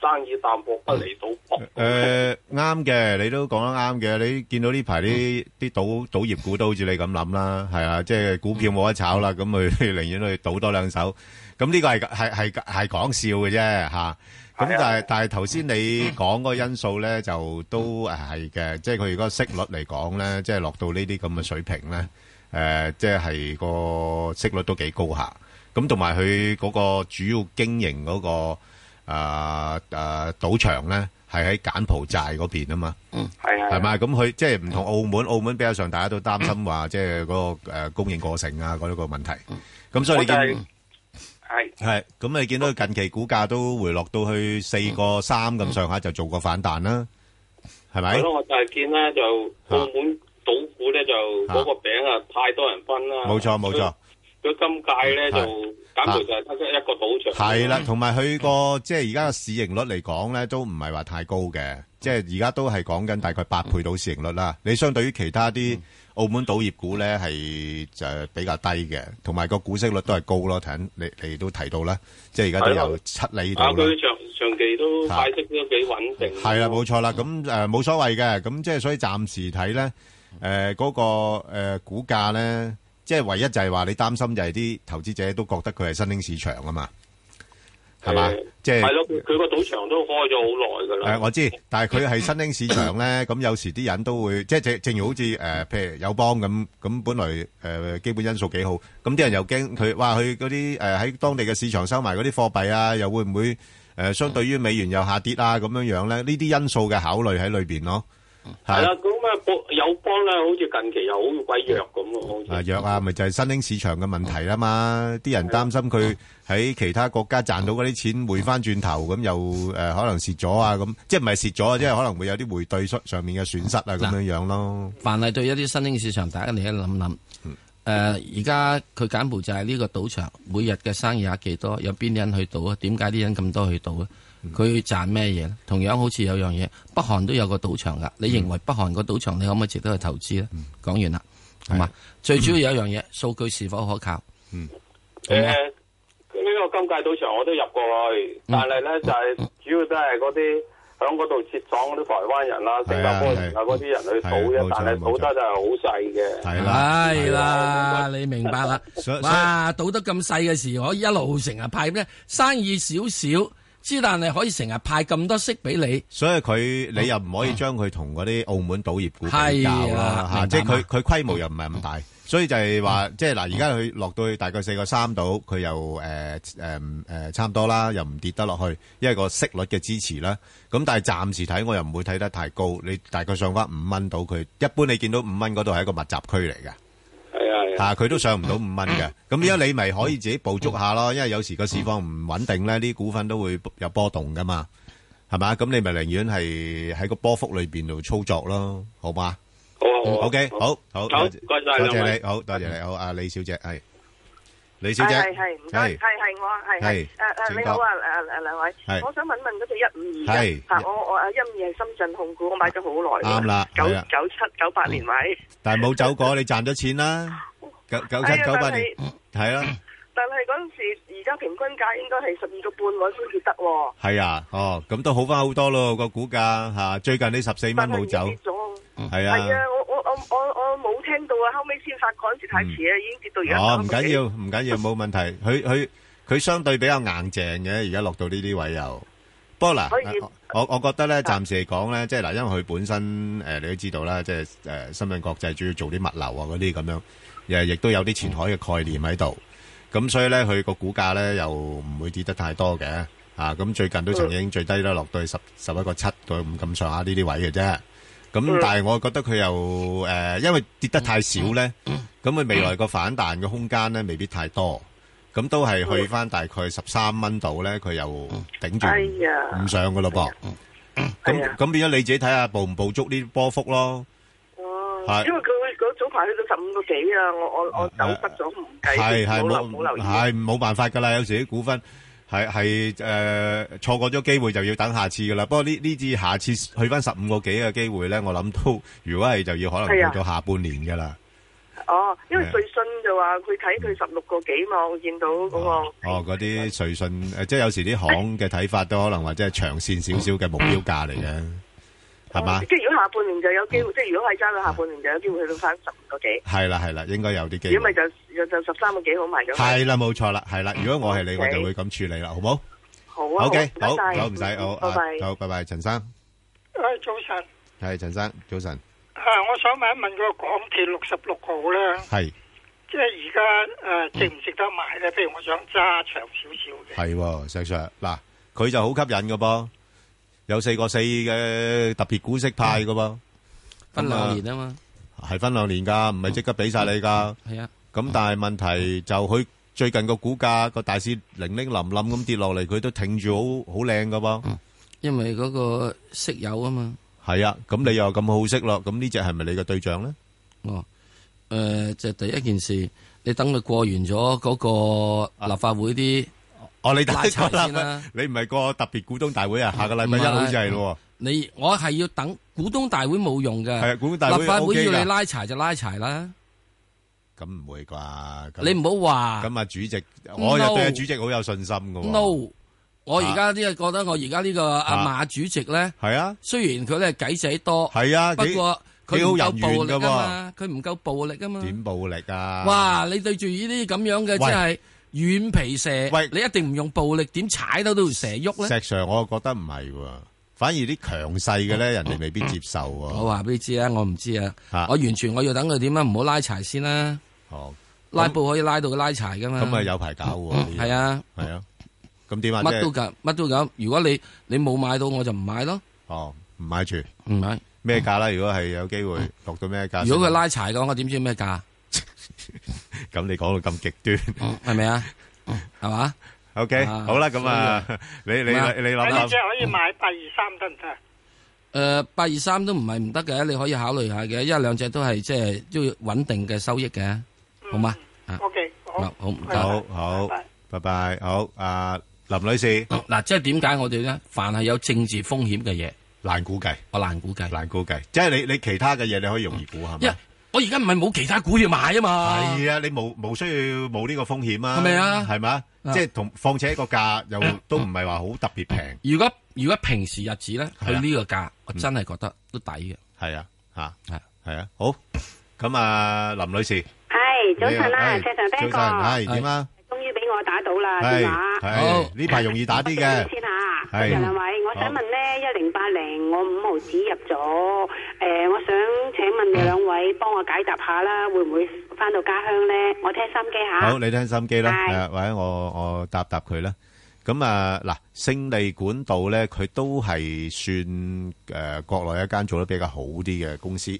生意淡薄不離賭博，誒啱嘅，你都講得啱嘅。你見到呢排啲啲賭賭業股都好似你咁諗啦，係啊，即係股票冇得炒啦，咁佢寧願去賭多兩手。咁呢個係係係係講笑嘅啫嚇。咁但係但係頭先你講嗰個因素咧，就都係嘅，即係佢如果息率嚟講咧，即係落到呢啲咁嘅水平咧。誒、即係個息率都幾高下。咁同埋佢嗰個主要經營嗰、個誒誒、啊啊賭場咧，係喺柬埔寨嗰邊啊嘛。嗯，係係咪？咁佢即係唔同澳門，澳門比較上大家都擔心話，即係嗰、個、誒供應過剩啊嗰、一個問題。咁所以你見我就係係係咁，你見到佢近期股價都回落到去四個三咁上下，就做個反彈啦，係咪係？咯，我就係見咧就澳門賭股咧就啊嗰個餅啊太多人分啦，冇錯冇錯。佢今屆咧就係柬埔寨得一個賭場，係啦，同埋佢個即係而家嘅市盈率嚟講咧，都唔係話太高嘅，即係而家都係講緊大概八倍到市盈率啦。你相對於其他啲澳門賭業股咧，係就比較低嘅，同埋個股息率都係高咯。頭先你你都提到啦，即係而家都有七厘度啊啦佢。長長期都派息都幾穩定，係啦，冇錯啦。咁誒冇所謂嘅，咁即係所以暫時睇咧，誒、嗰、個、呃、股價咧，即係唯一就係話你擔心就係啲投資者都覺得佢係新興市場啊嘛，係嘛？即係係咯，佢佢個賭場都開咗好耐誒、㗎啦。我知，但係佢係新興市場 [laughs] 咧，咁有時啲人都會，即係正正如好似誒、呃譬如友邦咁，咁本來誒、呃基本因素幾好，咁啲人又驚佢，哇，佢嗰啲誒喺當地嘅市場收埋嗰啲貨幣啊，又會唔會誒、呃相對於美元又下跌啊咁樣樣咧？呢啲因素嘅考慮喺裏邊咯，係係啦，咁啊，博友邦咧，好似近期又好鬼弱咁喎，好似啊藥啊，咪就係新興市場嘅問題啦嘛，啲人擔心佢喺其他國家賺到嗰啲錢回翻轉頭，咁又誒可能蝕咗啊，咁即係唔係蝕咗啊，即係可能會有啲匯兌上上面嘅損失啊咁樣樣咯。凡係對一啲新興市場，大家你一諗諗。呃誒，而家佢柬埔寨呢個賭場，每日嘅生意額幾多？有邊啲人去賭啊？點解啲人咁多去賭啊？佢賺咩嘢咧？同樣好似有樣嘢，北韓都有個賭場噶。你認為北韓個賭場，你可唔可以值得去投資咧？講完啦，係嘛？最主要有一樣嘢，數據是否可靠？嗯，好唔好啊誒，呢個金界賭場我都入過去，嗯但係咧就係主要都係嗰啲響嗰度設廠嗰啲台灣人啦、新加坡人啊嗰啲人去賭係啊冇啫錯，但係賭得就係好細嘅。係啦，係啦，你明白啦 [laughs] 所以。哇，賭得咁細嘅時，可以一路成日派咩？生意少少，之但係可以成日派咁多息俾你。所以佢你又唔可以將佢同嗰啲澳門賭業股比較係啦啦，嚇，明白即係佢嘛佢規模又唔係咁大，所以就係話即係嗱，而家佢落到去大概四個三度，佢又誒誒誒差唔多啦，又唔跌得落去，因為個息率嘅支持啦。咁但係暫時睇我又唔會睇得太高，你大概上翻五蚊到佢，一般你見到五蚊嗰度係一個密集區嚟嘅。係啊係係啊嗯啊，佢都上唔到五蚊嘅。咁而家你咪可以自己捕捉下咯，因為有時個市況唔穩定咧，啲股份都會有波動噶嘛，係嘛？咁你咪寧願係喺個波幅裏邊度操作咯，好嘛？好啊好啊 OK，好好，好多謝唔該晒多兩謝位你，好多謝你，好啊，李小姐係，李小姐係係係唔該，係係係我係係係 À, 誒誒請你講好啊誒誒兩位係，我想問問嗰只一五二係 Dạ. À, 嚇我我誒一五二係深圳控股，我買咗好耐㗎啱啦九係啊九七九八年位，但係冇走過，你賺咗錢啦，九九七哎呀九八但年係係啦。但係嗰陣時而家平均價應該係十二個半位先至得喎，系啊，哦，咁都好翻好多咯個股價吓、啊最近呢十四蚊冇走，跌咗。係係啊啊，，我我我我我冇聽到啊，後尾先發覺嗰陣時太遲啊，已經跌到而家。嗯哦唔緊要，唔緊要，冇問題。佢佢佢相對比較硬淨嘅，而家落到呢啲位又。不過嗱可以，啊我我覺得咧，暫時嚟講咧，即係嗱，因為佢本身誒、呃你都知道啦，即係誒深圳國際主要做啲物流啊嗰啲咁樣，誒亦都有啲前海嘅概念喺度，咁所以咧佢個股價咧又唔會跌得太多嘅，啊咁最近都曾嗯經最低咧落到去十十一個七個五咁上下呢啲位嘅啫，咁嗯但係我覺得佢又誒、呃因為跌得太少咧，嗯咁佢未來個反彈嘅空間咧未必太多。咁都係嗯去翻大概十三蚊度咧，佢又頂住哎呀唔上噶咯噃。咁咁變咗你自己睇下捕唔捕捉呢啲波幅咯。因為佢佢早排去到十五個幾啊，我我我走失咗唔計，係係冇留冇冇留意。係冇辦法噶啦，有時啲股份係係誒錯過咗機會就要等下次噶啦。不過呢呢次下次去翻十五個幾嘅機會咧，我諗都 [laughs] 如果係就要可能係啊去到下半年噶啦。哦，因為係啊嗯瑞信就話佢睇佢十六個幾嘛，我見到嗰個哦，嗰啲瑞信誒，即係有時啲行嘅睇法都可能或者係長線少少嘅目標價嚟嘅，係嘛？即係如果下半年就有機會，即係如果係揸到下半年就有機會去到翻十五個幾，係啦係啦，應該有啲機會如。果咪就就就十三個幾好賣咗佢。系啦，冇錯啦，係啦。如果我係你，我 OK 就會咁處理啦，好冇好啊？O K，好好，唔該晒好唔使，嗯好，拜啊拜好，拜拜，陳生，诶，早晨，係陳生，早晨，诶、啊我想问一问嗰个港铁六十六号咧，係即系而家诶值唔值得买咧？譬如我想揸长少少嘅，係喎，石 Sir，嗱，佢就好吸引嘅噃，有四個四嘅特別股息派嘅噃，分兩年啊嘛，係分兩年㗎，唔係即刻俾晒你㗎。係啊，咁但係問題就佢最近個股價個大市零零冧冧咁跌落嚟，佢都挺住好好靚嘅噃。因為嗰個息友啊嘛。係啊，咁你又咁好息咯，咁呢只係咪你嘅對象咧？哦，诶、就第一件事，你等佢過完咗嗰個立法會啲，啊哦，你拉柴先啦。你唔係個特別股東大會啊？下個禮拜一好似係咯你我係要等股東大會冇用嘅，係啊股東大會立法會 OK 㗎要你拉柴就拉柴啦。喎，咁唔會啩？咁你唔好話咁啊，主席，我又 No 對阿主席好有信心嘅喎。 no，我而家呢個覺得我而家呢個阿馬主席咧，係啊，雖然佢咧計仔多，係啊，不幾過佢唔幾好夠人緣暴力㗎啊喎，嘛，佢唔夠暴力啊嘛。點暴力啊？哇！你對住呢啲咁樣嘅，即喂係軟皮蛇，你一定唔用暴力，點踩到到條蛇喐石咧？ Sir，我覺得唔係喎，反而啲強勢嘅哦咧，人哋未必接受喎。我話俾你知啊，我唔知啊，我完全我要等佢點啊，唔好拉柴先啦。哦，拉布可以拉到佢拉柴噶嘛？咁啊有排搞喎。係啊，係啊，咁點啊？乜都咁，乜都咁。如果你你冇買到，我就唔買咯。哦，唔買住，唔買咩價啦？如果係有機會落到咩價？如果佢拉柴嘅話，我點知咩價？咁你講到咁極端，係咪啊？係嘛？OK，啊好啦，咁啊所以 [laughs] 你你啊，你咁啊你呢諗只下。可以買八二三得唔得？誒八二三都唔係唔得嘅，你可以考慮下嘅，因為兩隻都係即係都要穩定嘅收益嘅，好嗎？啊 OK，好，好唔該好好，拜拜，好，阿林女士，嗱，即係點解我哋咧，凡係有政治風險嘅嘢，難估計，我難估計，難估計，即係你你其他嘅嘢你可以容易估係因咪為？我而家唔係冇其他股要買啊嘛，係啊，你冇冇需要冇呢個風險啊？係咪啊係嘛？啊即係同況且個價又都唔係話好特別平，如果如果平時日子咧，係佢啊呢個價，我真係覺得都抵嘅。 [laughs] 係啊，嚇，係係啊，好，咁啊，林女士，系早晨啦，你石上 b 早晨，哥，係點？啊？终于俾我打到啦係電話。係呢排容易打啲嘅，先吓，早係晨兩位，我想問咧一零八零，我五毫子入咗，诶，我想請問你兩位幫我解答下啦，會唔會翻到家鄉咧？我聽心機吓。好，你聽心機啦，係係啊，或者我我答答佢啦。咁啊，嗱，勝利管道咧，佢都係算誒、呃、國內一間做得比較好啲嘅公司。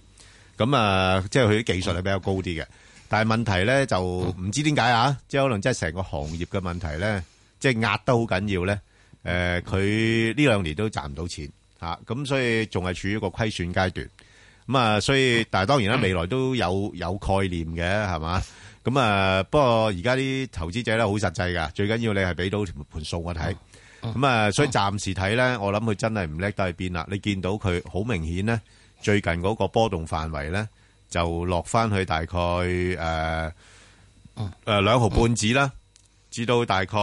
咁啊，即係佢啲技術係比較高啲嘅。但係問題咧就唔知點解啊，即係可能即係成個行業嘅問題咧，即係壓得好緊要咧。誒、佢呢兩年都賺唔到錢嚇，咁、所以仲係處於一個虧損階段。咁啊，所以但係當然啦，未來都有有概念嘅，係嘛？咁啊，不過而家啲投資者咧好實際㗎，最緊要你係俾到條盤數我睇。咁啊，所以暫時睇咧，我諗佢真係唔叻得去邊啦。你見到佢好明顯咧，最近嗰個波動範圍咧就落翻去大概誒誒兩毫半子啦，至到大概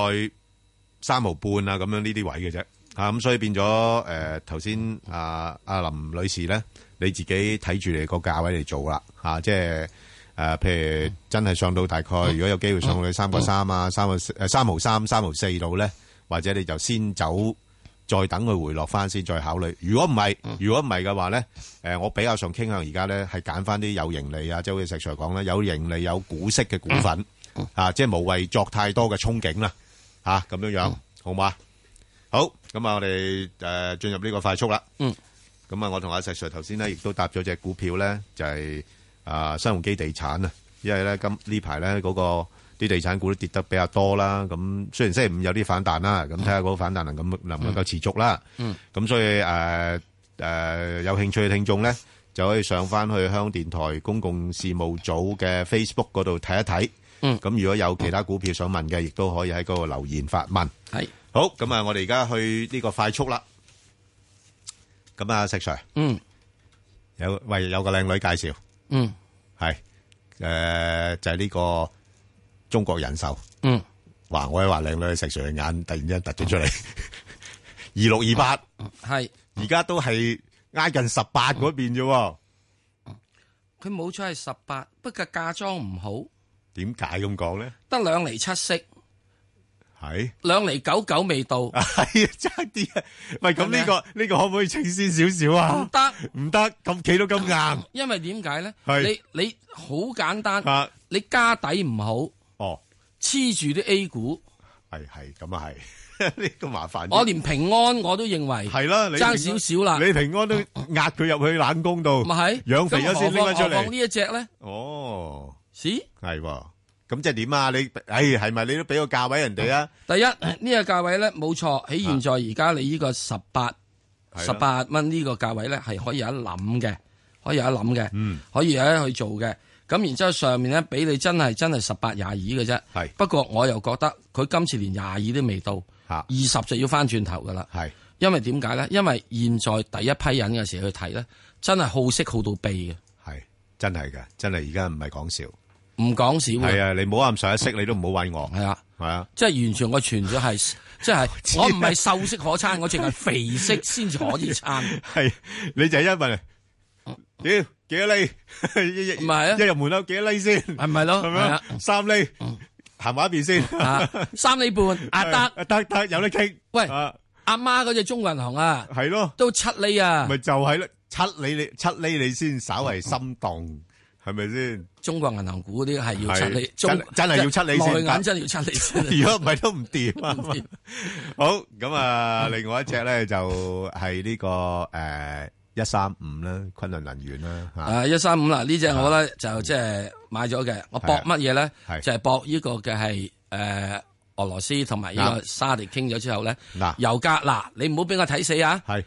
三毫半啊咁樣呢啲位嘅啫。啊，咁所以變咗誒頭先啊阿林女士咧，你自己睇住你個價位嚟做啦嚇、啊即係。誒、譬如真係上到大概，如果有機會上去三個三啊，三個誒三毫三、三毫四度咧，或者你就先走，再等佢回落翻先，再考慮。如果唔係，如果唔係嘅話咧，誒、我比較上傾向而家咧係揀翻啲有盈利啊，即係好似石 Sir 講啦，有盈利有股息嘅股份啊，即係無謂作太多嘅憧憬啦，嚇、啊咁樣樣，好嘛？好，咁啊，我哋誒進入呢個快速啦。嗯。咁啊，我同阿石 Sir 頭先咧，亦都搭咗只股票咧，就係、啊新鴻基地產啊，因為咧今呢排咧嗰個啲地產股都跌得比較多啦。咁雖然星期五有啲反彈啦，咁睇下嗰個反彈能咁能唔能夠持續啦。嗯咁所以誒誒、呃有興趣嘅聽眾咧，就可以上翻去香港電台公共事務組嘅 Facebook 嗰度睇一睇。嗯咁如果有其他股票想問嘅，亦都可以喺嗰度留言發問。係好，咁啊，我哋而家去呢個快速啦。咁啊，石 Sir 嗯有喂有個靚女介紹，嗯係誒、呃就係、呢個中國人壽。嗯，哇！我一話靚女，石 Sir 嘅眼突然之間突咗出嚟， [laughs] 二六二八。係而家都係挨近十八嗰邊啫喎，佢冇出係十八，不過嫁妝唔好，點解咁講咧？得兩厘七息，係兩厘九九未到。係啊，差啲啊！喂，咁呢係個呢個可唔可以清先少少唔啊？得，唔得，咁企到咁硬，因為點解咧？係你你好簡單啊，你家底唔好，哦，黐住啲 A 股，係係 [laughs] 咁啊係，呢個麻煩啲。我連平安我都認為係啦，你爭平少安少啦，你平安 [laughs] 都壓佢入去冷宮度，咪係養肥咗先拎翻出咁何況何況呢嚟。一隻咧，哦，屎係喎，咁即係點啊？你唉係咪你都俾個價位人哋啊？第一呢個價位咧冇錯，喺現在而家你呢個十八係啊啊十啦八蚊呢個價位咧係可以有一諗嘅，可以有一諗嘅，嗯可以有一去做嘅。咁然之後上面咧俾你真係真係十八廿二嘅啫。係不過我又覺得佢今次連廿二都未到，二十就要翻轉頭噶啦。係因為點解咧？因為現在第一批人嘅時候去睇咧，真係好色好到痹嘅。係真係嘅，真係而家唔係講笑，唔講笑嘅係啊，你唔好啱上一息，你都唔好揾我。係啊，係啊，即係完全我全咗係， [laughs] 即係我唔係瘦色可餐，我淨係肥色先至可以餐。係你就係因為屌幾多厘， [laughs] 唔係啊一入門口幾多厘先，係咪咯？係係咪啊三厘行埋一邊先，啊，三 [laughs] 厘半啊得得得有得傾。喂，阿媽嗰只中銀行啊，係咯，都七厘啊，咪就係咯，七厘你七厘你先稍為心動，係咪先？中國銀行股嗰啲係要係七厘，真中真係要七厘先內眼得真係要七厘先。 [laughs] 如果唔係都唔 [laughs] 掂啊！好，咁啊，另外一隻咧就係呢個诶一三五啦，昆侖能源啦吓。啊，一三五啦，呢只我咧就即係買咗嘅，我啊搏乜嘢咧？就係搏呢個嘅係誒俄羅斯同埋呢個嗱沙地傾咗之後咧，嗱油價嗱，你唔好俾我睇死啊！係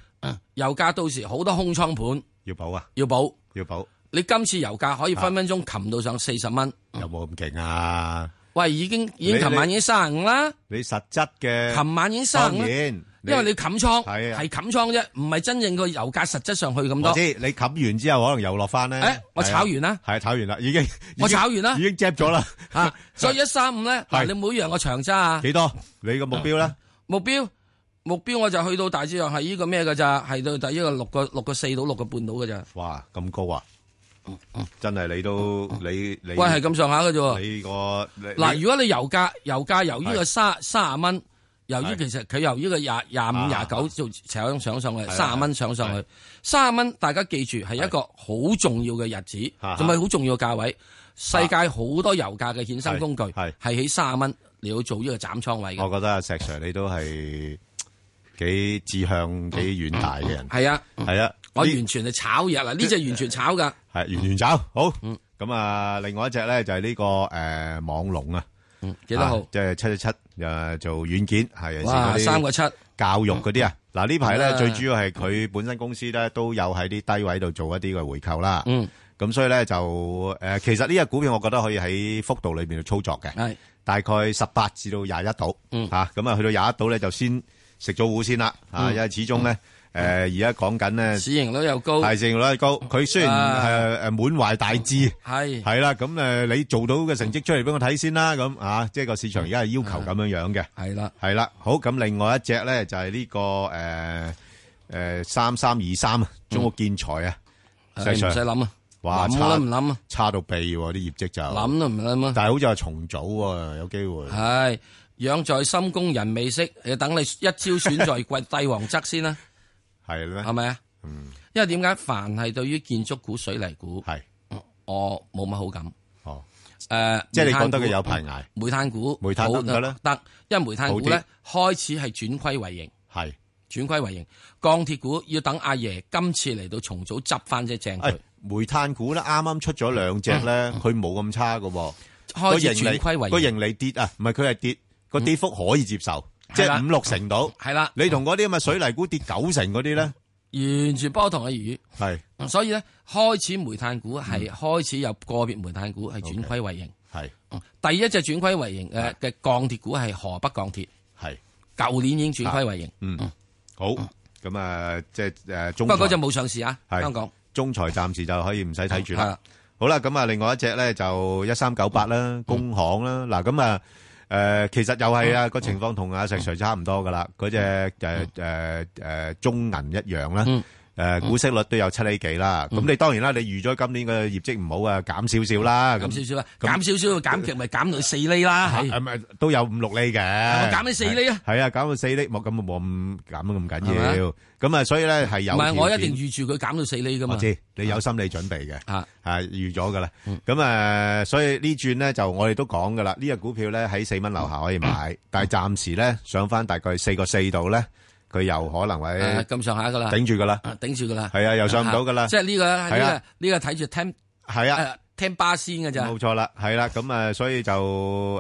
油價到時好多空倉盤要補啊，要補要補。啊你今次油價可以分分鐘擒到上四十蚊，有冇咁勁啊？喂，已經已經你琴晚已經三十五啦，你實質嘅，琴晚已經三十五當啦，然因為你冚倉係啊係冚倉啫，唔係真正個油價實質上去咁我多知。你冚完之後可能又落翻咧。誒我炒完啦，係啊炒完啦，已經我炒完啦已經 jab 咗啦。 [laughs] 啊，所以一三五咧，嗱係你每樣我長揸啊，幾多？你個目標咧？目標目標我就去到大致上係呢個咩嘅咋，係到第一個六個六個四到六個半到嘅咋。哇，咁高啊！真係你都你你，喂係咁上下嘅啫喎你個你嗱，如果你油價油價由呢個係三三十蚊，由於係其實佢由呢個廿廿啊五廿九就扯上上去，係三十蚊上上去，三十蚊大家記住係一個好重要嘅日子，啊同埋好重要嘅價位。世界好多油價嘅衍生工具係喺三十蚊，你要做呢個斬倉位嘅。我覺得阿石 Sir 你都係幾志向幾遠大嘅人。係啊，係啊，我呢完全係炒嘢嗱，呢只完全炒㗎。係完全走好。咁啊，另外一隻咧就係呢個诶網龍啊，幾多號啊即係七七七诶做軟件係尤其是哇嗰啲三個七教育嗰啲啊。嗱呢排咧嗯最主要係佢本身公司咧都有喺啲低位度做一啲嘅回購啦。嗯，咁所以咧就诶，其實呢只股票我覺得可以喺幅度裏边度操作嘅。系大概十八至到廿一度，嗯吓咁啊，去到廿一度咧就先食咗糊先啦，吓，嗯因為始終咧诶而家講緊咧市盈率又高，大市盈率高，佢雖啊然诶诶滿懷大志。係系啦，咁诶，誒你做到嘅成績出嚟俾我睇先啦，咁啊，即係個市場而家係要求咁樣樣嘅。系啦，系啦，好咁，另外一隻咧就係呢個诶诶三三二三啊，中國建材啊，誒石 Sir 嗯唔使諗啊哇，諗都差唔諗啊，差到痹喎啲業績就諗都唔諗啊，但係好似係重組喎，有機會。系养在深宮人未識，你等你一朝選在貴帝王側 [laughs] 先啦。系咧，嗯系咪啊？因為點解凡係對於建築股、水泥股，系我冇乜好感。哦，诶，即係你煤炭覺得股佢有排捱煤炭股，煤炭好得唔得咧得，因為煤炭股咧開始係轉虧為盈，系轉虧為盈。鋼鐵股要等阿爺今次嚟到重組執翻只正佢誒，煤炭股咧，啱啱出咗兩隻咧，佢冇咁差嘅喎，嗯開始個盈利轉虧為盈嗯個盈利跌啊，唔係佢係跌，個跌幅可以接受，即係啦係五六成到。係啦，你同嗰啲咁嘅水泥股跌九成嗰啲咧，完全波同嘅魚。嗯係嗯所以咧，開始煤炭股係開始有個別煤炭股係轉虧為盈。嗯係第一隻轉虧為盈誒嘅鋼鐵股係河北鋼鐵，係舊年已經轉虧為盈。嗯，好咁啊，即係誒中。不過嗰隻冇上市啊，係香港。中財暫時就可以唔使睇住係啦啦。好啦，咁啊，另外一隻咧就一三九八啦，工行啦，嗱咁啊。誒、其實又係啊，個情況同阿石 Sir 差唔多噶啦，嗰只誒誒誒中銀一樣啦，誒、股息率都有七厘幾啦。咁、你當然啦，你預咗今年嘅業績唔好啊，減少少啦，減少少啦，咁減少少，減極咪減到四厘啦。係啊咪都有五六厘嘅，我減咗四厘啊！係啊，減到四厘，冇咁冇咁減得咁緊係咪要，咁啊，所以咧係有唔係我條一件定預住佢減到四厘噶嘛。我知你有心理準備嘅，啊預咗噶啦。咁誒，所以呢轉咧就我哋都講噶啦，呢只股票咧喺四蚊樓下可以買，但係暫時咧上翻大概四個四度咧，佢又可能會誒咁上下噶啦，嗯頂住噶啦，啊頂住噶啦。係啊又上唔到㗎啦啊即係呢個呢係啊個呢個睇住聽係啊誒聽巴先嘅咋。冇錯啦，係啦。咁誒，所以就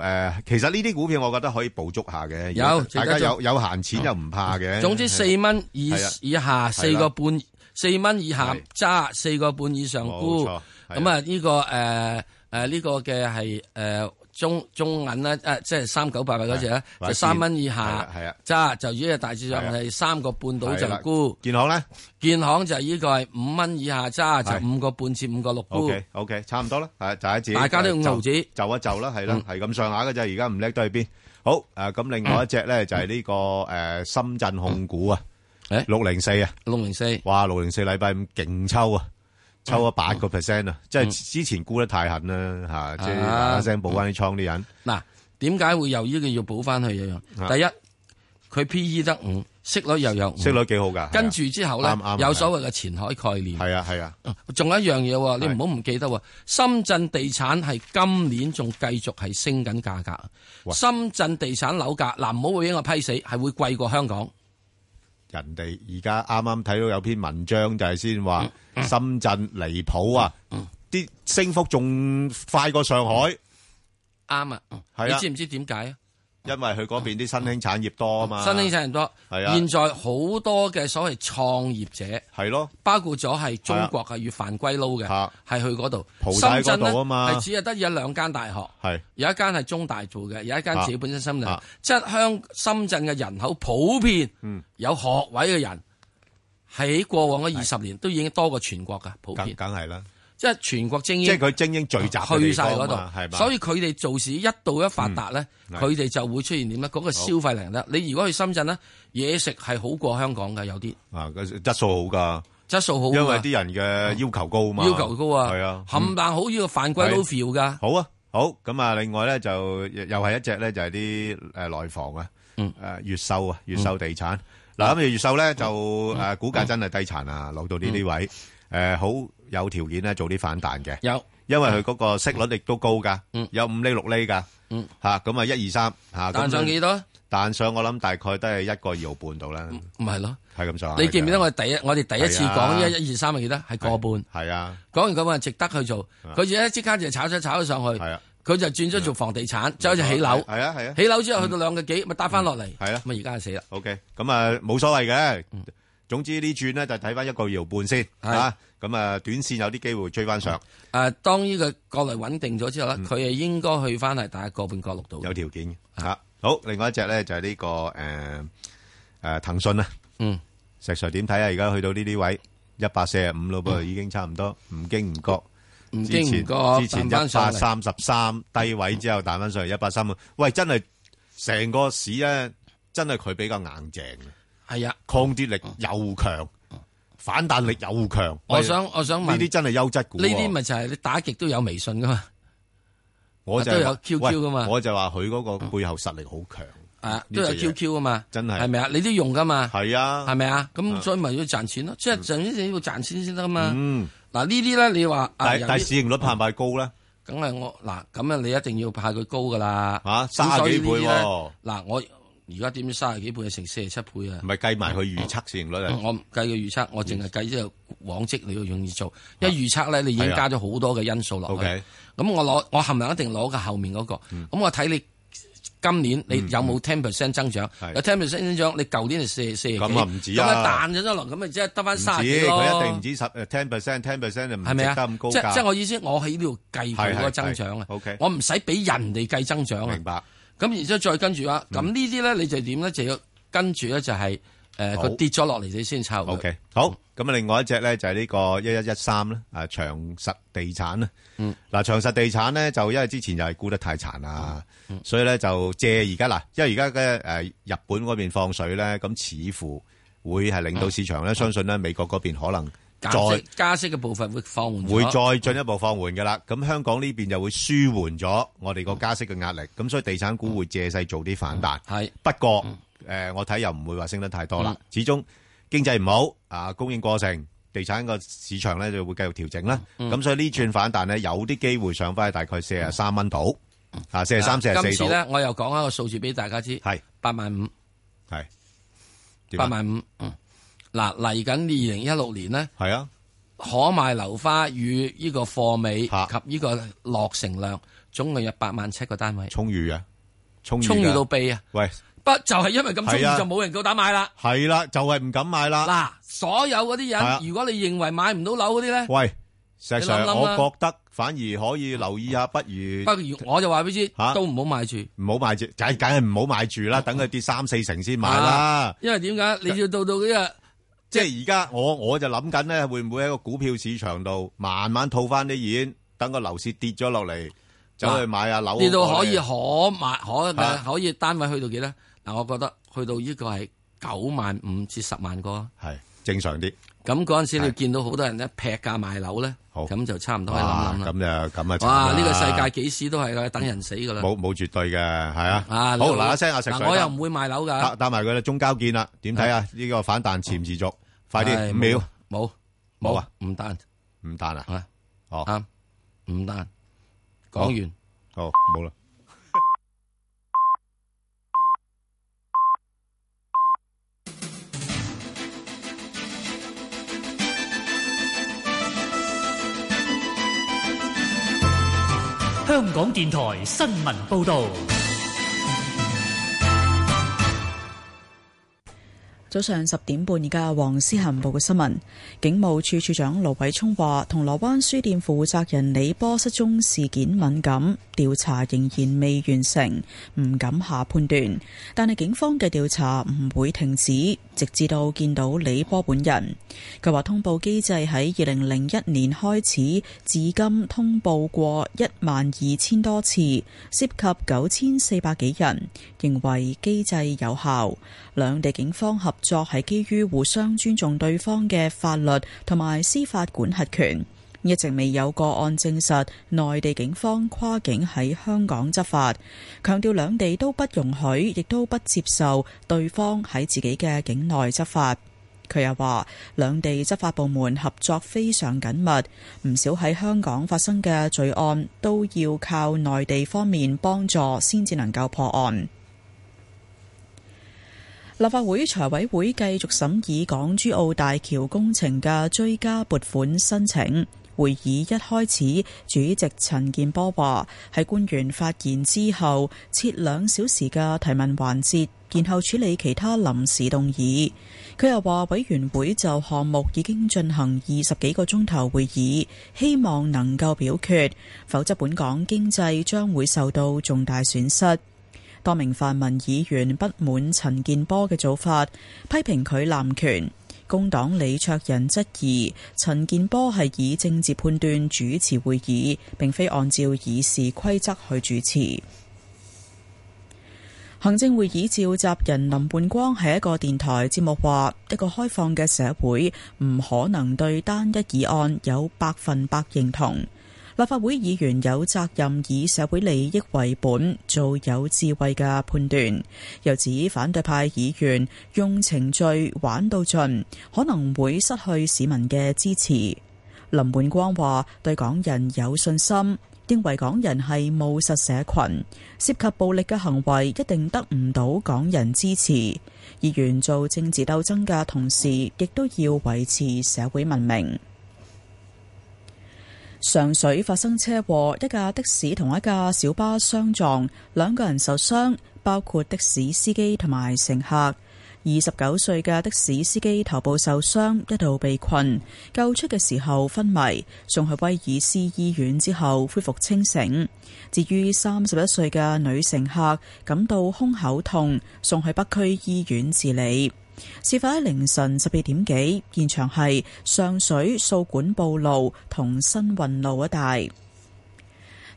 誒，其實呢啲股票我覺得可以捕捉下嘅，有值大得家有做有閒錢又唔怕嘅。總之四蚊以係啊以下四個半，四蚊以下係揸四個半以上沽冇錯。係咁啊呢個誒誒呢個嘅係誒中中銀咧，誒即係三九八八嗰只咧，係就三蚊以下係啊揸，就依個大致上係啊係三個半到就係啦沽。建行咧，建行就呢個係五蚊以下揸，就係五個半至五個六沽。 OK OK，差唔多啦，係就係一隻，大家都用就牛紙就一就啦，係啦嗯，係咁上下嘅啫，而家唔叻都去邊？好誒，咁另外一隻咧就係呢個誒深圳控股啊，六零四啊，六零四，哇，六零四禮拜五勁抽啊！抽咗八個 percent 啊！即係之前沽得太狠啦嚇，即係嗱嗱聲補翻啲倉啲人。嗱，點解會由呢個要補翻去一樣？啊第一，佢 P E 得五，息率又有五，息率幾好㗎係啊跟住之後咧啱啱，啊有所謂嘅前海概念。係啊係啊，仲有一樣嘢喎，你唔好唔記得喎。深圳地產係今年仲繼續係升緊價格。深圳地產樓價嗱，唔好俾我批死，係會貴過香港。人哋而家啱啱睇到有篇文章就係先話深圳離譜啊，啲升幅仲快過上海。啱啊，係啊你知唔知點解啊？因為佢嗰邊啲新興產業多啊嘛，新興產人多，係啊現在好多嘅所謂創業者係咯，啊包括咗係中國係與犯歸撈嘅，係去嗰度。蒲太嗰深圳呢度啊嘛係只係得一兩間大學，係有一間係中大做嘅，有一間自己本身深圳啊。即係香深圳嘅人口普遍嗯有學位嘅人，喺過往嘅二十年都已經多過全國㗎，普梗遍。梗係啦，即係全國精英，即係佢精英聚集嘅去地晒方嗰嘛係度，嘛所以佢哋做事一到一發達咧，嗯佢哋就會出現點咧？嗰個消費能力，你如果去深圳咧，嘢食係好過香港嘅，有啲啊個質素好㗎，質素好㗎嘛，因為啲人嘅要求高嘛，要求高啊，係啊，冚唪唥好呢個犯規係都 feel 噶，好啊，好咁啊，另外咧就又又係一隻咧就係啲誒內房啊，誒越秀啊，越秀地產嗱咁越秀咧就誒股價真係低殘啊，落到呢啲位誒好有條件咧做啲反彈嘅，有因為佢嗰個息率亦都高㗎，有五厘六厘㗎。嗯，吓咁啊一二三吓，彈上幾多？彈上我諗大概都係一個二毫半到啦。唔係咯，啊係咁上下。你記唔記得我哋第一我哋第一次講係啊一一二三係記得係個半，係啊，講完咁啊值得去做，佢而家即刻就炒咗炒咗上去，佢就轉咗做房地產，就好似起樓，啊係啊係嗯啊起樓之後去到兩個幾，咪打翻落嚟，係啦，咁而家死啦。 OK，咁啊冇所謂嘅。總之呢轉咧就睇翻一個搖半先嚇，咁啊短線有啲機會追翻上。嗯誒，啊當呢個國內穩定咗之後咧，佢係應該去翻係大概個半個六度。啊有條件嘅嚇。好，另外一隻咧就係呢個誒誒呃騰訊啦。嗯，石 Sir 點睇啊？而家去到呢啲位一百四十五咯噃，已經差唔多，唔經唔覺。嗯唔之經唔前覺之前一彈百返上三嚟十三低位之後彈翻上嚟一百三啊！喂，真係成個市咧，真係佢比較硬淨嘅。係啊，嗯抗跌力又強，反彈力又強。我喂想我想問呢啲真係優質股喎。呢啲咪就係你打極都有微信噶嘛？我就啊都係有話 QQ 噶嘛喂我就話佢嗰個背後實力好強。啊，呢都有隻嘢 QQ 啊嘛，真係係咪啊？你都用噶嘛？係啊，係咪啊？啊咁所以咪要賺錢咯，即係首先你要賺錢先得噶嘛。嗯嗱呢啲咧，你話啊但由於但市盈率怕唔怕高咧？梗係我嗱咁啊，你一定要派佢高噶啦。嚇咁所30幾以倍呢啲呢喎嗱，我而家點知三十幾倍成四十七倍啊？嗯唔係計埋佢預測市盈率啊嗯我唔計佢預測，我淨係計即係往績你要容易做，因為預測咧你已經係啊加咗好多嘅因素落去。 OK 嗯咁我攞我冚唪唥一定攞個後面嗰個。咁我睇你今年你有冇 ten percent 增長？有 ten percent 增長，你舊年係四四十幾，咁啊唔止咁啊啊彈咗咗落，咁咪即係得翻唔止，三十幾咯。佢一定唔止十誒 ten percent ten percent 就唔係值咪得啊？咁高即價。即係我意思，我喺呢度計佢嗰個增長係係啊係。OK 我唔使俾人哋計增長啊。明白。嗯咁然之後再跟住啊，咁呢啲咧你就點咧？就要跟住咧就係誒好佢跌咗落嚟，你先抽。 O K，好，咁啊，另外一隻咧就係呢個一一一三咧，啊長實地產啦。嗯，嗱長實地產咧就因為之前又係沽得太殘啦，嗯所以咧就借而家嗱，因為而家嘅誒日本嗰邊放水咧，咁似乎會係令到市場咧相信咧美國嗰邊可能加再嗯息加息嘅部分會放緩咗。會再進一步放緩嘅啦。咁香港呢邊就會舒緩咗我哋個加息嘅壓力，咁所以地產股會借勢做啲反彈。係不過誒，我睇又唔會話升得太多啦。始終經濟唔好啊，供應過剩，地產個市場咧就會繼續調整啦。咁所以呢轉反彈咧，有啲機會上翻去大概四十三蚊度啊，四十三、四今十次四度。咧，我又講一個數字俾大家知，係八萬五，係啊八萬五。嗯嗱，嚟緊二零一六年呢，係啊，可賣樓花與呢個貨尾及呢個落成量，總共有八萬七個單位，充裕嘅，充裕充裕㗎到痹啊！喂，不就係因為咁中意係啊就冇人夠膽買啦。係啦，就係唔敢買啦。嗱，所有嗰啲係啊人，如果你認為買唔到樓嗰啲咧， [laughs] 喂，石你 Sir，諗諗我啦覺得反而可以留意下，不如不如我就話俾你知，嚇都唔好買住，唔好買住，梗梗係唔好買住 [laughs] 啦，等佢跌三四成先買啦啊。因為點解你要到到呢個？即係而家我我就諗緊咧，會唔會喺個股票市場度慢慢套翻啲現，等個樓市跌咗落嚟，走去買下樓。呢度可以可買可啊可以單位去到幾咧？嗱，我覺得去到呢個係九萬五至十萬個，係正常啲。咁嗰陣時你見到好多人咧劈價賣樓咧，咁就差唔多可以諗諗咁啦。就咁啊慘啦！哇！呢個世界幾時都係㗎等人死㗎啦。冇冇絕對嘅，係啊。啊，好你嗱一聲啊，石 Sir，嗱我又唔會賣樓搭㗎。搭埋佢啦，中交建啦，點睇啊？呢個反彈持唔持續？快啲唉五秒，冇冇啊，唔彈唔彈啊？哦，啱，唔彈。講完。好，冇啦。香港電台新聞報導，早上十點半，而家黃思恒報嘅新聞，警務處處長盧偉聰話，銅鑼灣書店負責人李波失蹤事件敏感，調查仍然未完成，唔敢下判斷。但係警方嘅調查唔會停止，直至到見到李波本人。佢話通報機制喺二零零一年開始，至今通報過一萬二千多次，涉及九千四百幾人，認為機制有效。兩地警方合作係基於互相尊重對方嘅法律同埋司法管轄權。一直未有個案證實內地警方跨境喺香港執法，強調兩地都不容許，亦都不接受對方喺自己嘅境內執法。佢又話，兩地執法部門合作非常緊密，唔少喺香港發生嘅罪案都要靠內地方面幫助先至能夠破案。立法會財委會繼續審議港珠澳大橋工程嘅追加撥款申請。會議一開始，主席陳健波話：喺官員發言之後，設兩小時嘅提問環節，然後處理其他臨時動議。佢又話：委員會就項目已經進行二十幾個鐘頭會議，希望能夠表決，否則本港經濟將會受到重大損失。多名泛民議員不滿陳健波嘅做法，批評佢濫權。工黨李卓人質疑陳健波係以政治判斷主持會議，並非按照議事規則去主持。行政會議召集人林煥光喺一個電台節目話：一個開放嘅社會唔可能對單一議案有百分百認同。立法會議員有責任以社會利益為本，做有智慧嘅判斷。又指反對派議員用程序玩到盡，可能會失去市民嘅支持。林煥光話：對港人有信心，認為港人係務實社群，涉及暴力嘅行為一定得唔到港人支持。議員做政治鬥爭嘅同時，亦都要維持社會文明。上水發生車禍，一架的士同一架小巴相撞，兩個人受傷，包括的士司機同埋乘客。二十九歲嘅的士司機頭部受傷，一度被困，救出嘅時候昏迷，送去威爾斯醫院之後恢復清醒。至於三十一歲嘅女乘客感到胸口痛，送去北區醫院治理。事發喺凌晨十二點幾，現場係上水掃管埔路同新運路一帶。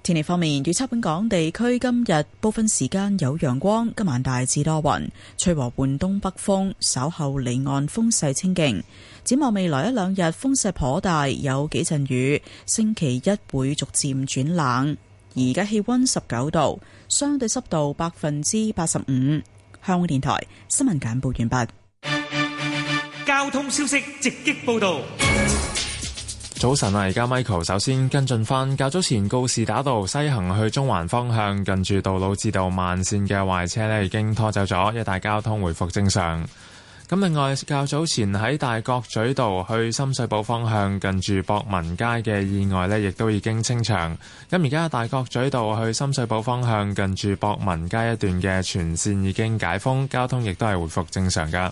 天氣方面，預測本港地區今日部分時間有陽光，今晚大致多雲，吹和緩東北風，稍後離岸風勢清勁。展望未來一兩日風勢頗大，有幾陣雨。星期一會逐漸轉冷。而家氣溫十九度，相對濕度百分之八十五。香港電台新聞簡報完畢。交通消息直擊報道。早晨啊，而家 Michael 首先跟進返較早前告士打道西行去中環方向，近住道路至道慢線嘅壞車呢已經拖走咗，一帶交通回復正常。咁另外較早前喺大角咀道去深水埗方向，近住博文街嘅意外呢亦都已經清場。咁而家大角咀道去深水埗方向，近住博文街一段嘅全線已經解封，交通亦都係回復正常㗎。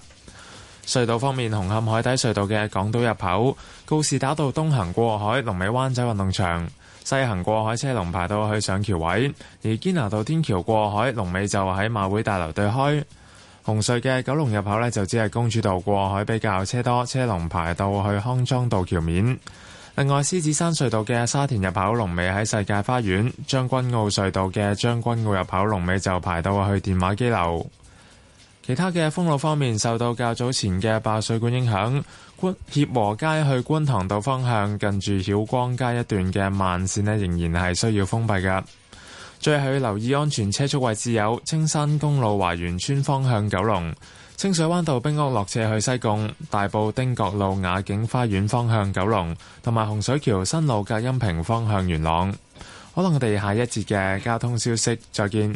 隧道方面，紅磡海底隧道嘅港島入口，告士打道東行過海，龍尾灣仔運動場；西行過海車龍排到去上橋位。而堅拿道天橋過海，龍尾就喺馬會大樓對開。紅隧嘅九龍入口呢，就只係公主道過海比較車多，車龍排到去康莊道橋面。另外，獅子山隧道嘅沙田入口龍尾喺世界花園，將軍澳隧道嘅將軍澳入口龍尾就排到去電話機樓。其他嘅封路方面，受到較早前嘅爆水管影響，觀協和街去觀塘道方向近住曉光街一段嘅慢線呢，仍然係需要封閉㗎。最後要留意安全車速位置有青山公路華園村方向九龍、清水灣道冰屋落斜去西貢、大埔汀角路雅景花園方向九龍，同埋洪水橋新路隔音屏方向元朗。可能我哋下一節嘅交通消息再見。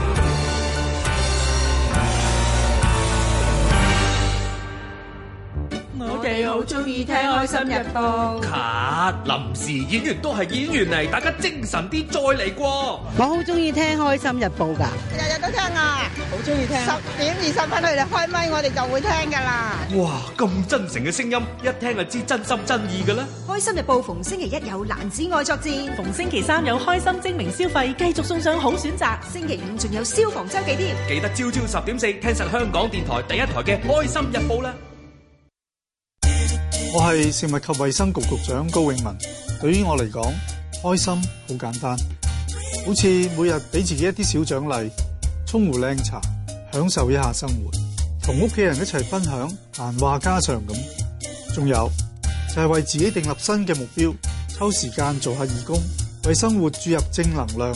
我哋好中意聽開心日報。卡，臨時演員都係演員嚟，大家精神啲再嚟過。我好中意聽開心日報㗎，日日都聽啊，好中意聽。十點二十分佢哋開咪，我哋就會聽㗎啦。哇，咁真誠嘅聲音，一聽就知真心真意㗎啦。開心日報逢星期一有男子愛作戰，逢星期三有開心精明消費，繼續送上好選擇。星期五仲有消防周記添，記得朝朝十點四聽實香港電台第一台嘅開心日報啦。我係食物及衛生局局長高永文。對於我嚟講，開心好簡單，好似每日俾自己一啲小獎勵，沖壺靚茶，享受一下生活。同屋企人一齊分享閒話家常咁。仲有就係為自己訂立新嘅目標，抽時間做下義工，為生活注入正能量，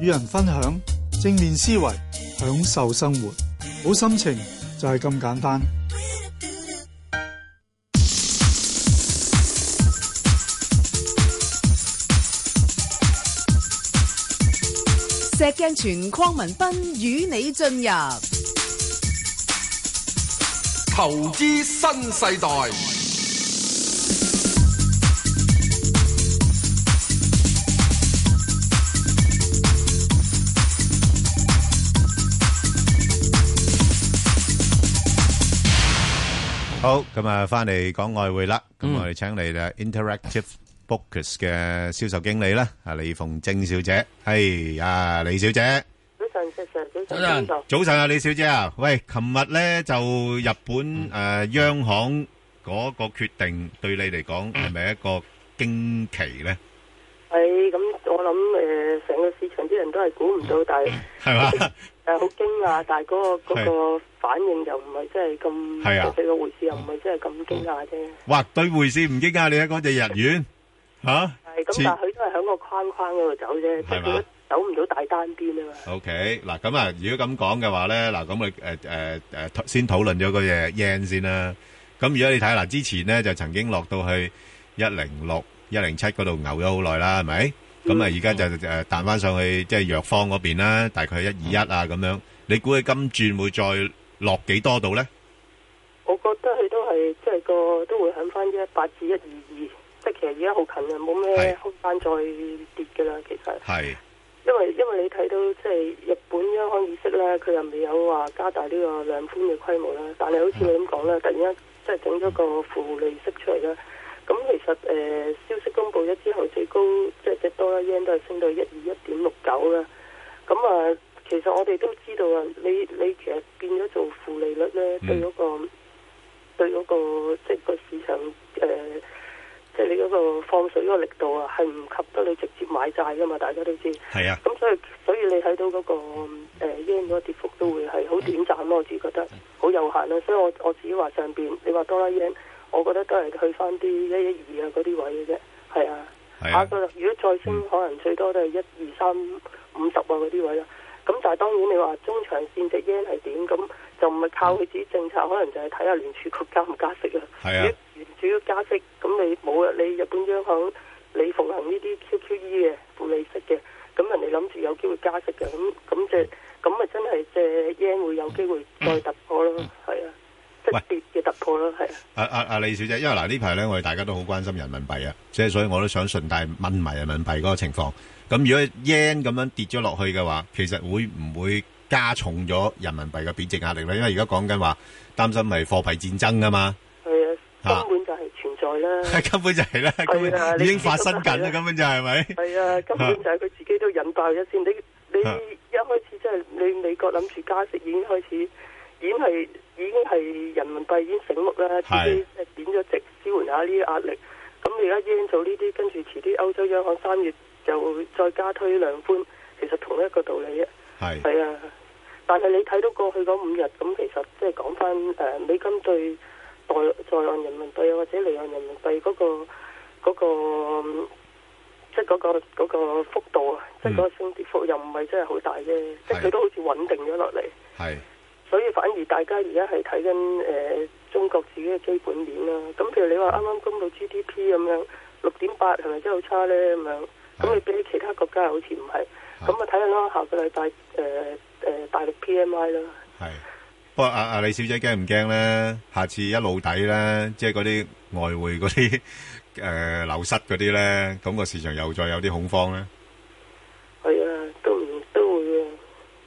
與人分享正面思維，享受生活，好心情就係咁簡單。石鏡泉鄺民彬與你進入投資新世代，好，咁啊，翻嚟講外匯啦。咁我哋請嚟啦，Interactive Brokers 嘅銷售經理啦，啊李鳳貞小姐，係啊李小姐。早晨，石 Sir，早晨，早晨。早晨啊，李小姐啊，喂，琴日咧就日本誒央行嗰個決定，對你嚟講係咪一個驚奇咧？係咁，我諗誒，成個市場啲人都係估唔 [laughs] 到，但係係嘛？誒好驚訝， [laughs] 但係嗰個嗰個反應又唔係真係咁，係啊對個回事又唔係真係咁驚訝啫。哇，對匯市唔驚訝，你睇嗰隻日元嚇。係咁，前但係佢都係喺個框框嗰度走啫，即係係嘛佢都走唔到大單邊啊嘛。 OK，嗱咁啊，如果咁講嘅話咧，嗱咁啊誒誒誒，先討論咗嗰隻 yen 先啦。咁如果你睇嗱，之前咧就曾經落到去一零六、一零七嗰度牛咗好耐啦，係咪？咁啊，而家就誒彈翻上去即係藥方嗰邊啦，大概一二一啊咁樣。你估佢今轉會再落幾多度咧？我覺得佢都係即係個都會響翻一八至一二二，即係其實而家好近啊，冇咩空間再跌嘅啦。其實係因為因為你睇到即係日本央行議息咧，佢又未有話加大呢個量寬嘅規模啦，但係好似你咁講啦，嗯突然間即係整咗個負利息出嚟啦。咁其實誒、呃消息公布咗之後，最高即係只多啦 yen 都係升到一二一點六九啦。咁啊，其實我哋都知道啊，你你其實變咗做負利率咧，嗯對嗰、個對嗰、個即係個市場誒。呃即係你嗰個放水嗰個力度啊，係唔及得你直接買債噶嘛，大家都知。係啊。咁所以所以你睇到嗰、個誒 yen 嗰個跌幅都會係好短暫咯，我自己覺得好有限咯。所以我我自己話上邊，你話多啦 yen，我覺得都係去翻啲一一二啊嗰啲位嘅啫。係啊，係嗯下個如果再升，可能最多都係一二三五十啊嗰啲位啦。咁但係當然你話中長線隻 yen 係點，咁就唔係靠佢自己政策，可能就係睇下聯儲局加唔加息啊。係啊，主要加息，咁你冇啊？你日本央行你奉行呢啲 QQE 嘅負利息嘅，咁人哋諗住有機會加息嘅，咁咁嗯即係咁咪真係隻 yen 會有機會再突破嗯咯，係啊，即係跌嘅突破咯，係啊，啊啊啊李小姐，因為嗱呢排咧，我哋大家都好關心人民幣啊，即係所以我都想順帶問埋人民幣嗰個情況。咁如果 yen 咁樣跌咗落去嘅話，其實會唔會加重咗人民幣嘅貶值壓力咧？因為而家講緊話擔心係貨幣戰爭啊嘛，係啊啊，根本就係存在啦， [laughs] 根本就係啦，根係啊，本你已經發生緊啦，自己都係根本就係咪？係啊，根本就係佢自己都引爆咗先。你你啊一開始即係你美國諗住加息已經開始，已經係已經係人民幣已經醒目啦，自係己即係貶咗值，支援下呢啲壓力。咁你而家 yen 做呢啲，跟住遲啲歐洲央行三月就再加推量寬，其實同一個道理啊。係係啊，但係你睇到過去嗰五日，咁其實即係講翻誒美金對在在岸人民幣啊，或者離岸人民幣嗰、個嗰、個嗯即係嗰、個嗰、個幅度啊，即係嗰個升跌幅又唔係真係好大啫，即係佢都好似穩定咗落嚟，係所以反而大家而家係睇緊誒中國自己嘅基本面啦。咁譬如你話啱啱公布 GDP 咁樣六點八係咪真係好差咧咁樣？咁你比起其他國家好似唔係，咁啊睇下啦，下個禮拜誒誒大陸 PMI 啦。不過 [laughs] 啊啊李小姐驚唔驚咧？下次一路底咧，即係嗰啲外匯嗰啲 [laughs] 誒流失嗰啲咧，咁個市場又再有啲恐慌咧？係啊，都唔都會啊。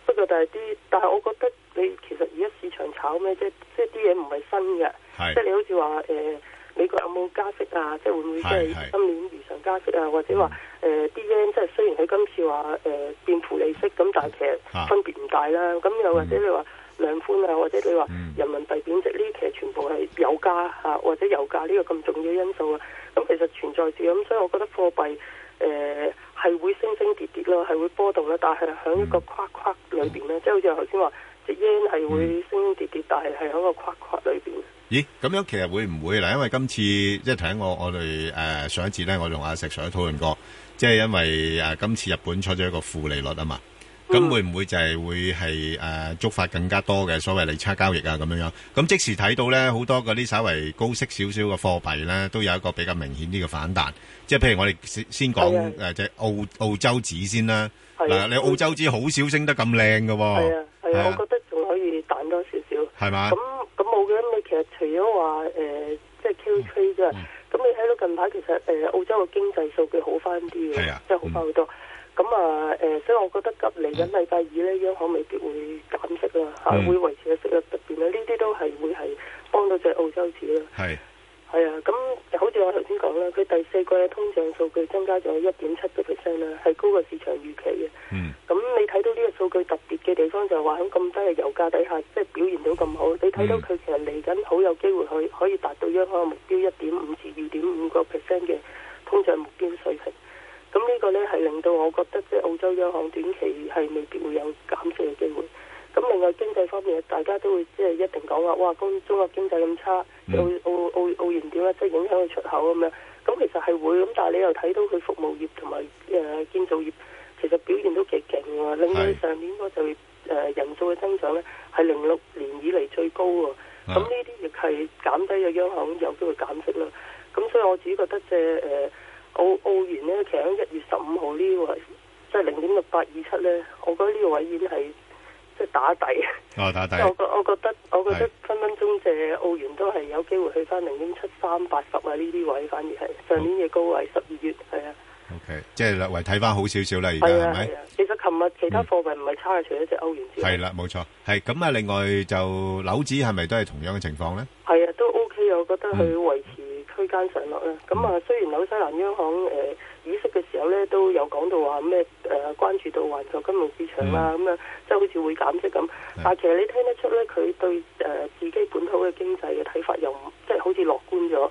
不過但係啲，但係我覺得你其實而家市場炒咩啫？即係啲嘢唔係新嘅，係即係你好似話誒美國有冇加息啊？即係會唔會即係係係今年如常加息啊？或者話誒啲 yen 即係雖然佢今次話誒變負利息咁，但係其啊實分別唔大啦。咁又或者你話量寬啊，或者你話人民幣貶值呢啲，其實全部係油價啊，或者油價呢個咁重要因素啊。咁其實存在住咁，所以我覺得貨幣。誒呃係會升升跌跌咯，係嗯會嗯波動啦，但係喺一個框框裏邊咧，即係好似我頭先話，隻 yen 係會升升跌跌，但係係喺個框框裏邊。咦，咁樣其實會唔會嗱？因為今次即係頭先我我哋誒、呃上一次咧，我同阿石 Sir 都討論過，即係因為誒、呃今次日本出咗一個負利率啊嘛，咁、嗯會唔會就係會係誒、呃、觸發更加多嘅所謂利差交易啊咁樣樣？咁即時睇到咧，好多嗰啲稍為高息少少嘅貨幣咧，都有一個比較明顯啲嘅反彈。即係譬如我哋先先講誒即係澳澳洲紙先啦。啊係啊嗱，你澳洲紙好少升得咁靚嘅喎。係啊，係啊，我覺得仲可以彈多少少。係嘛咁咁冇嘅，咁你其實除咗話誒，呃即係 Q trade 嗯啫。咁你睇到近排其實誒、呃澳洲嘅經濟數據好翻啲嘅，係啊即係好翻好多。咁啊誒，所以我覺得急嚟緊禮拜二咧，央行未必會減息啦，嚇、嗯會維持個息率不變啦。呢啲都係會係幫到只澳洲紙啦。係係啊，咁好似我頭先講啦，佢第四季嘅通脹數據增加咗一點七個 percent 啦，係高過市場預期嘅。嗯。咁你睇到呢個數據特別嘅地方就係話喺咁低嘅油價底下，即係表現到咁好。你睇到佢其實嚟緊好有機會可以可以達到央行嘅目標一點五至二點五個 percent 嘅通脹目標水平。咁呢個呢，係令到我覺得即係澳洲央行短期係未必會有減息嘅機會。咁另外經濟方面，大家都會即係一定講話，哇！中中國經濟咁差，澳澳澳澳元點啊咧，即係影響佢出口咁樣。咁其實係會咁，但係你又睇到佢服務業同埋誒建造業其實表現都幾勁喎，令到佢上年嗰就業誒人數嘅增長咧係零六年以嚟最高喎。咁呢啲亦係減低咗央行有機會減息啦。咁所以我自己覺得即係誒澳澳元咧，其實喺一月十五號呢個位，即係零點六八二七咧，我覺得呢個位已經係即係打底。哦，打底即係我覺我覺得我覺得分分鐘借澳元都係有機會去翻零點七三八十啊呢啲位，反而係嗯上年嘅高位十二月係啊。 ，OK，即係略為睇翻好少少啦，而家係係啊咪係？啊，其實琴日其他貨幣唔係差嘅，除咗只歐元之外，係啦，冇錯，係咁啊。另外就樓指係咪都係同樣嘅情況咧？係啊都 OK 啊，我覺得佢維持區間上落啦。咁啊，雖然紐西蘭央行誒、呃、議息嘅時候咧，都有講到話咩誒關注到環球金融市場啦，咁樣啊即係好似會減息咁。但係其實你聽得出咧，佢對誒、呃自己本土嘅經濟嘅睇法又唔即係好似樂觀咗。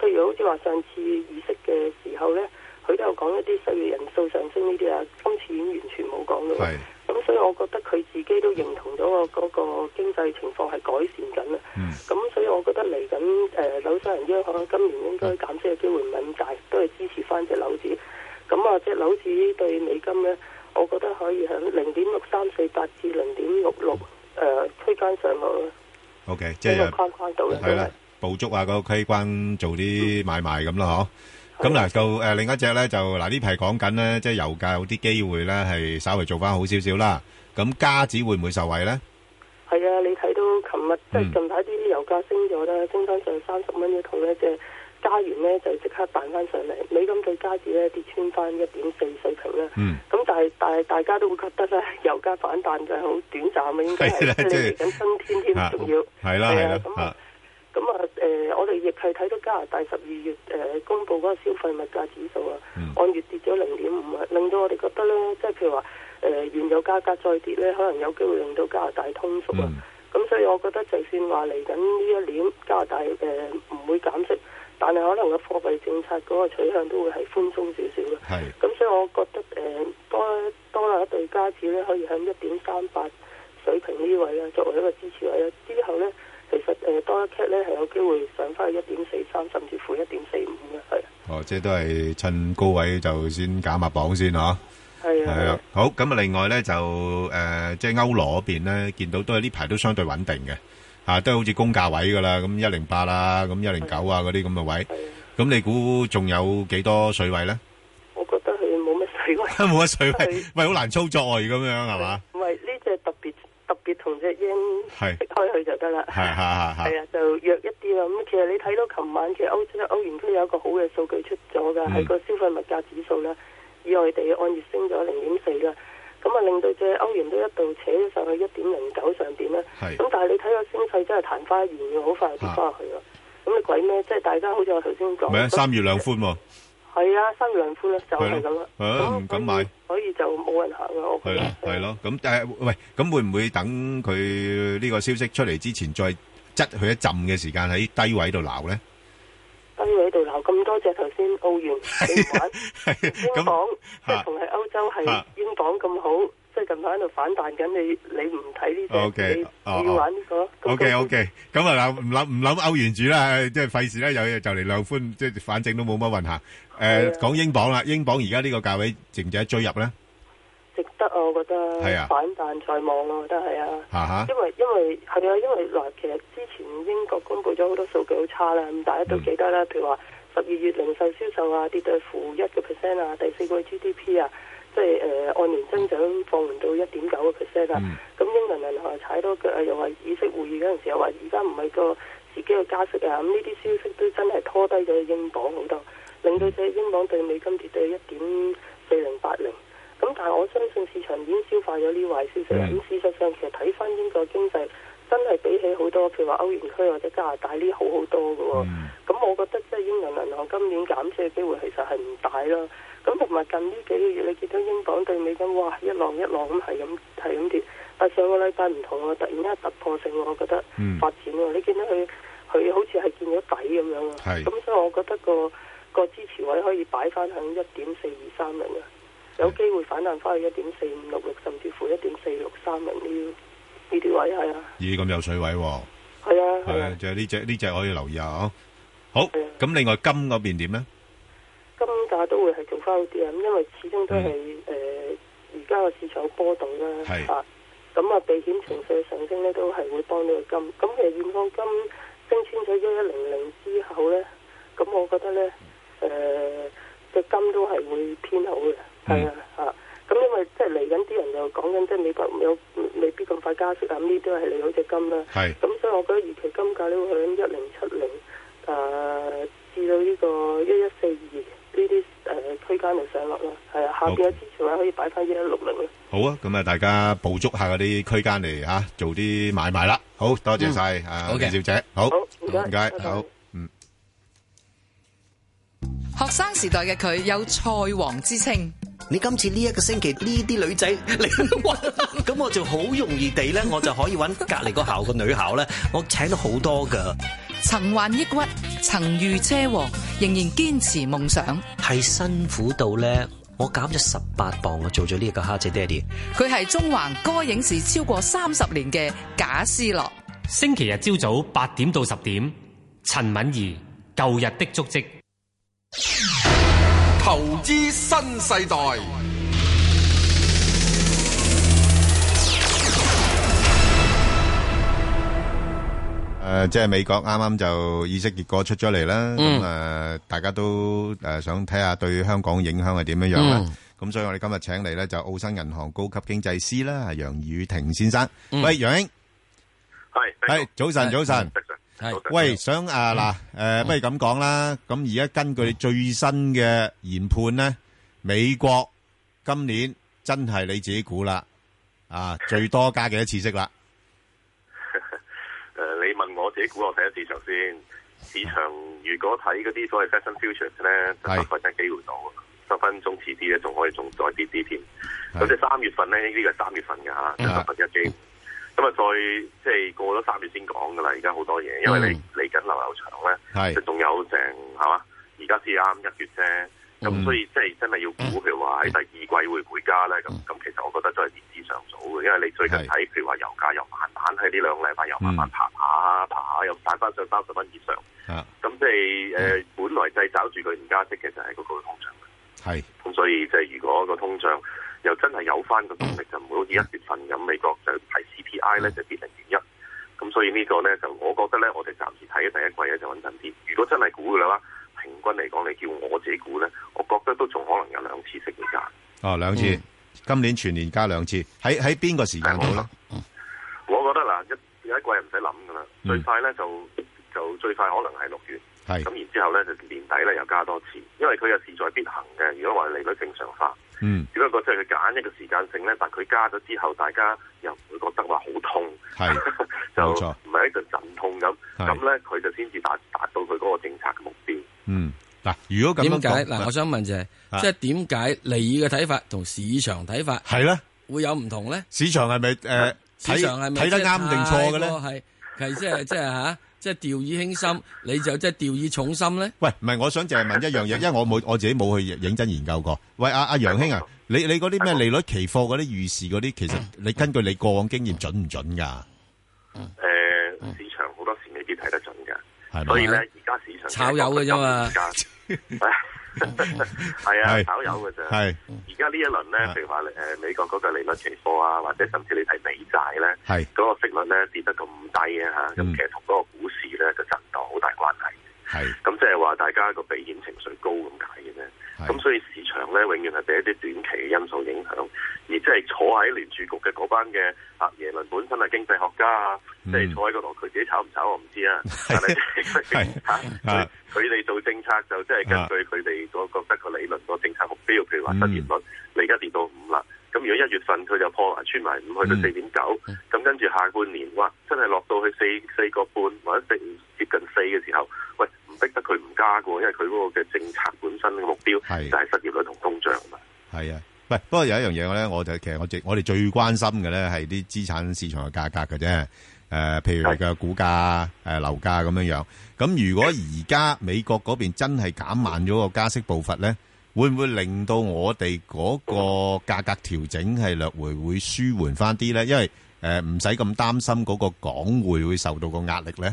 譬如好似話上次議息嘅時候咧，佢都有講一啲失業人數上升呢啲啊，今次已經完全冇講到。咁所以我覺得佢自己都認同咗個嗰個經濟情況係改善緊啦。咁、所以我覺得嚟緊誒紐西蘭央行今年應該減息嘅機會唔係咁大，都係支持翻只樓指。咁啊，只樓指對美金咧，我覺得可以喺零點六三四八至零點六六誒區間上落啦， OK，即係呢個框框度啦。係啦，捕捉下個區關做啲買賣咁啦，嗬。咁嗱，就誒另一隻咧，就嗱呢排講緊咧，即係油價有啲機會咧，係稍微做翻好少少啦。咁加指會唔會受惠咧？係啊，你睇到嗯琴日即係近排啲油價升咗啦，升翻上三十蚊一桶咧，即係加元咧就即刻彈翻上嚟，美金對加指咧跌穿翻一點四水平啦。嗯咁但係但係大家都會覺得咧， [laughs] 油價反彈就係好短暫啊，應該係啊啦係即係嚟即係緊春天添，仲要係啦，係啦，啊咁啊誒，我哋亦係睇到加拿大十二月誒、呃公佈嗰個消費物價指數啊，按月跌咗零點五啊，令到我哋覺得咧，即係譬如話誒、呃原油價格再跌咧，可能有機會令到加拿大通縮啊。咁、所以我覺得就算話嚟緊呢一年加拿大誒唔、會減息，但係可能個貨幣政策嗰個取向都會係寬鬆少少嘅。係。咁所以我覺得誒、呃、多多啦一對加紙咧，可以喺一點三八水平呢位啊咧作為一個支持位咧，之後咧。其實誒、呃、多一 cat 咧係有機會上翻去一點四三，甚至乎一點四五嘅，係哦，即係都係趁高位就先減下磅先嗬。係係啊，好咁啊！另外咧就誒、呃即係歐羅嗰邊咧，見到都係呢排都相對穩定嘅，啊，都係好似公價位噶啦，咁一零八啊，咁一零九啊嗰啲咁嘅位，咁你估仲有幾多水 [laughs] 位咧？我覺得佢冇乜水位， [laughs] 冇乜水位，喂，好難操作喎，如果咁樣係嘛？唔係呢只特別特別同只 yen 係劈開佢就得啦，係係係係係啊，就弱一啲啦。咁其實你睇到琴晚其實歐洲歐元區有一個好嘅數據出咗嗯㗎，係、個消費物價指數啦，意外地按月升咗零點四啦。咁啊，令到隻歐元都一度扯咗上去一點零九上邊啦。係啊咁但係你睇個升勢真係曇花一現嘅，好快就跌翻落去啦。咁你鬼咩？即係大家好似我頭先講，咪啊三月兩寬喎，係啊，三月兩寬啦，就係咁啦。啊唔敢買，所以就冇人行啦。我係啊 [coughs] 咯係咯，咁但係喂，咁會唔會等佢呢個消息出嚟之前，再質佢一浸嘅時間喺低位度鬧咧？低位度鬧咁多嗰隻頭先澳 [laughs] 元你玩，英鎊即係嚇同係歐洲係嚇英鎊咁好，即係近排喺度反彈緊，你你唔睇 OK，呢哦隻，你要玩呢個， OK OK，咁啊嗱，唔谂唔谂欧元主啦， [laughs] 即系费事咧，有就嚟量寬，即系反正都冇乜運行。诶，講英鎊啦，英鎊而家呢個價位值唔值得追入咧？值得啊，我覺得係啊反彈在望啊，我覺得係啊。吓吓因為因為係啊，因為嗱，其實之前英國公布咗好多數據好差啦，咁大家都記得啦，譬如話十二月零售銷售啊跌到負一個 percent 啊，第四季 GDP 啊，即係誒、呃按年增長放緩到一點九個 percent 啊，咁、英倫銀行又踩多腳啊，又話議息會議嗰陣時又話而家唔係個時機嘅加息啊，咁呢啲消息都真係拖低咗英鎊好多，令到只英鎊對美金跌到一點四零八零。咁但係我相信市場已經消化咗呢壞消息啦。咁、事實上其實睇翻英國經濟真係比起好多譬如話歐元區或者加拿大呢好好多嘅喎、咁、我覺得即係英倫銀行今年減息嘅機會其實係唔大啦。咁同埋近呢幾個月你見到英鎊對美金哇一浪一浪咁係咁係咁跌，但上個禮拜唔同喎，突然間突破性喎我覺得發展喎，你見到佢佢好似係見咗底咁樣啊。係咁所以我覺得個個支持位可以擺翻喺一點四二三零啊。有機會反彈翻去一點四五六六，甚至乎一點四六三零呢呢啲位係啊，咦，咁有水位喎，係啊，係啊，就係呢只呢只可以留意下哦。好，咁另外金嗰邊點咧？金價都會係做翻好啲啊，咁因為始終都係誒而家個市場波動啦嗯係嚇，咁啊避險情緒上升咧都係會幫到個金。咁其實現況金升穿咗一一零零之後咧，咁我覺得咧誒嘅金都係會偏好嘅，係啊嚇。咁因為即係嚟緊啲人又講緊，即係美國有未必咁快加息啊，咁呢啲都係利好只金啦。係咁所以我覺得預期金價咧會響一零七零誒至到呢個一一四二呢啲誒區間度上落啦。係啊，下邊嘅支持位可以擺翻一一六零啦。好啊，咁啊，大家捕捉下嗰啲區間嚟吓，做啲買賣啦。好多謝晒啊，好嘅李小姐，好，唔該唔該拜，拜好，嗯。學生時代嘅佢有菜王之稱。你今次呢一個星期呢啲女仔嚟揾，咁我就好容易地咧，我就可以揾隔離個校個女校咧，我請到好多噶。曾患抑鬱，曾遇車禍，仍然堅持夢想。係辛苦到咧，我減咗十八磅，啊我做咗呢一個蝦仔爹哋。佢係中環歌影視超過三十年嘅賈思樂。星期日朝早八點到十點，陳敏儀《舊日的足跡》。投資新世代，诶，即係美國啱啱就議息結果出咗嚟啦，咁嗯诶、呃大家都诶、呃想睇下對香港影響係點樣樣啦。嗯咁、所以我哋今日請嚟咧就澳新銀行高級經濟師啦，楊宇霆先生。喂，楊英，係，係早晨，早晨。喂，想啊嗱，诶、不如咁講啦。咁而家根據最新嘅研判咧，美國今年真係你自己估啦，啊，最多加幾多次息啦？誒、呃你問我自己估，我睇下市場先。市場如果睇嗰啲所謂 fashion futures 咧，就十分鐘機會到，啊十分鐘遲啲咧，仲可以仲再跌啲添。咁即係三月份咧，呢、個係三月份㗎嚇，有十分一機會。咁啊，再即係過咗三月先講㗎啦。而家好多嘢，因為你嚟緊流流長咧，係即係仲有成係嘛？而家先啱一月啫。咁嗯所以即係真係要估，譬如話喺第二季會唔會加咧？咁咁其實我覺得都係言之尚早嘅，因為你最近睇譬如話油價又慢慢喺呢兩個禮拜又慢慢爬下爬下，又彈翻上三十蚊以上。啊，咁即係誒、呃本來掣找住佢唔加息，其實係嗰個通脹。係。咁所以即係如果個通脹又真係有翻個動力，就唔會好似一月份咁，美國就係 CPI 咧就跌零點一。咁所以呢個咧就我覺得咧，我哋暫時睇嘅第一季咧就穩陣啲。如果真係估嘅話，平均嚟講，你叫我自己估咧，我覺得都仲可能有兩次息嘅價。哦，兩次，嗯今年全年加兩次，喺喺邊個啊時間好咧？我覺得嗱，一有一季唔使諗噶啦，嗯最快咧就就最快可能係六月。係咁然之後咧就年底咧又加多次，因為佢又事在必行嘅。如果話利率正常化，嗯，只不過即係佢揀一個時間性咧，但佢加咗之後，大家又唔會覺得話好痛，係就冇錯唔係一個陣痛咁。係咁咧佢就先至達達到佢嗰個政策嘅目標。嗯，嗱，如果咁樣點解講嗱？我想問就係，啊即係點解你嘅睇法同市場睇法係咧，會有唔同咧？市場係咪誒呃啊市場係睇咪睇得啱定錯嘅咧？係係即係即係嚇即係掉以輕心，你就即係掉以重心咧？喂，唔係，我想淨係問一樣嘢，因為我 [laughs] 冇我自己冇去認真研究過。喂，阿阿楊兄啊，你你嗰啲咩利率期貨嗰啲預示嗰啲，其實你根據你過往經驗準唔準㗎？誒呃市場好多時未必睇得準嗯係咪㗎，所以咧而家市場炒友嘅啫嘛。 [laughs] [laughs] 啊係啊，炒友嘅啫。係啊而家呢一輪咧，譬如話誒美國嗰個利率期貨啊，或者甚至你睇美債咧，係嗯嗰個息率咧跌得咁低啊嚇，咁其實同嗰個股市咧個震盪好大關係。係咁即係話大家個避險情緒高咁解嘅啫。咁所以市場咧永遠係俾一啲短期嘅因素影響，而即係坐喺聯儲局嘅嗰班嘅啊耶倫本身係經濟學家啊，即嗯係坐喺嗰度，佢自己炒唔炒我唔知 [laughs] 啊。但係嚇佢哋做政策就即係啊根據佢哋個覺得個理論個政策目標，譬嗯如話失業率，你而家跌到五啦。咁如果一月份佢就破埋穿埋五，去嗯到四點九，咁跟住下半年，哇，真係落到去四四個半或者四接近四嘅時候，喂，唔逼得佢唔加嘅喎，因為佢嗰個嘅政策本身嘅目標就係失業率同通脹嘛。係啊，喂，不過有一樣嘢咧，我就其實我最我哋最關心嘅咧係啲資產市場嘅價格嘅啫。誒、譬如你嘅股價、誒、樓價咁樣樣。咁如果而家美國嗰邊真係減慢咗個加息步伐咧，會唔會令到我哋嗰個價格調整係略回會舒緩翻啲咧？因為誒唔使咁擔心嗰個港匯會受到個壓力咧。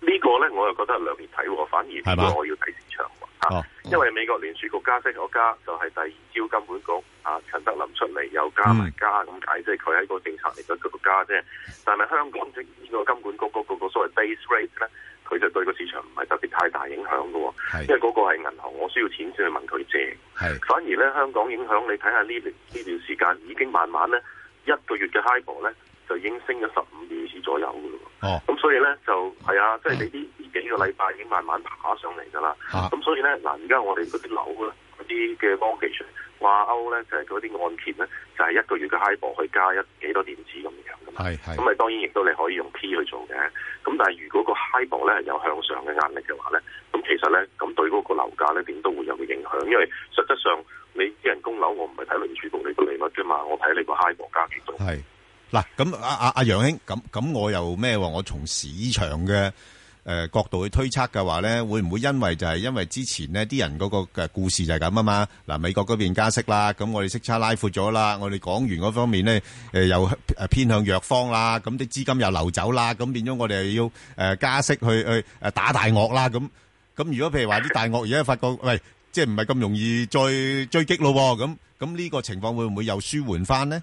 呢個咧我又覺得係兩面睇喎，反而係呢嘛個我要睇市場喎、哦因為美國聯儲局加息我加就係第二招金管局啊陳德霖出嚟又加埋加咁解，即係佢喺個政策嚟嘅嗰個加啫。但係香港即呢個金管局嗰個個所謂 base rate 咧，佢就對個市場唔係特別太大影響嘅喎，因為嗰個係銀行，我需要錢先去問佢借。係反而咧香港影響，你睇下呢段呢段時間已經慢慢咧一個月嘅 high 咧就已經升咗十五點子左右嘅咯。哦，咁所以咧就係啊，即係你呢呢幾個禮拜已經慢慢爬上嚟㗎啦。啊咁所以咧嗱，而家我哋嗰啲樓咧，嗰啲嘅 mortgage 掛鈎咧，就係嗰啲按揭咧，就係、一個月嘅 high 博去加一幾多點子咁樣㗎嘛。係咁咪當然亦都你可以用 P 去做嘅。咁但係如果個 high 博咧有向上嘅壓力嘅話咧，咁其實咧咁對嗰個樓價咧點都會有個影響，因為實質上你啲人供樓，我唔係睇聯儲局你個利率啫嘛，我睇你個 high 博加幾多。係嗱，咁阿阿阿楊兄，咁咁我又咩喎？我從市場嘅誒角度去推測嘅話咧，會唔會因為就係因為之前呢啲人嗰個嘅故事就係咁啊嘛？嗱，美國嗰邊加息啦，咁我哋息差拉闊咗啦，我哋港元嗰方面咧誒又誒偏向弱方啦，咁啲資金又流走啦，咁變咗我哋又要誒加息去去誒打大鱷啦，咁咁如果譬如話啲大鱷而家發覺喂，即係唔係咁容易再追擊咯喎，咁咁呢個情況會唔會又舒緩翻呢？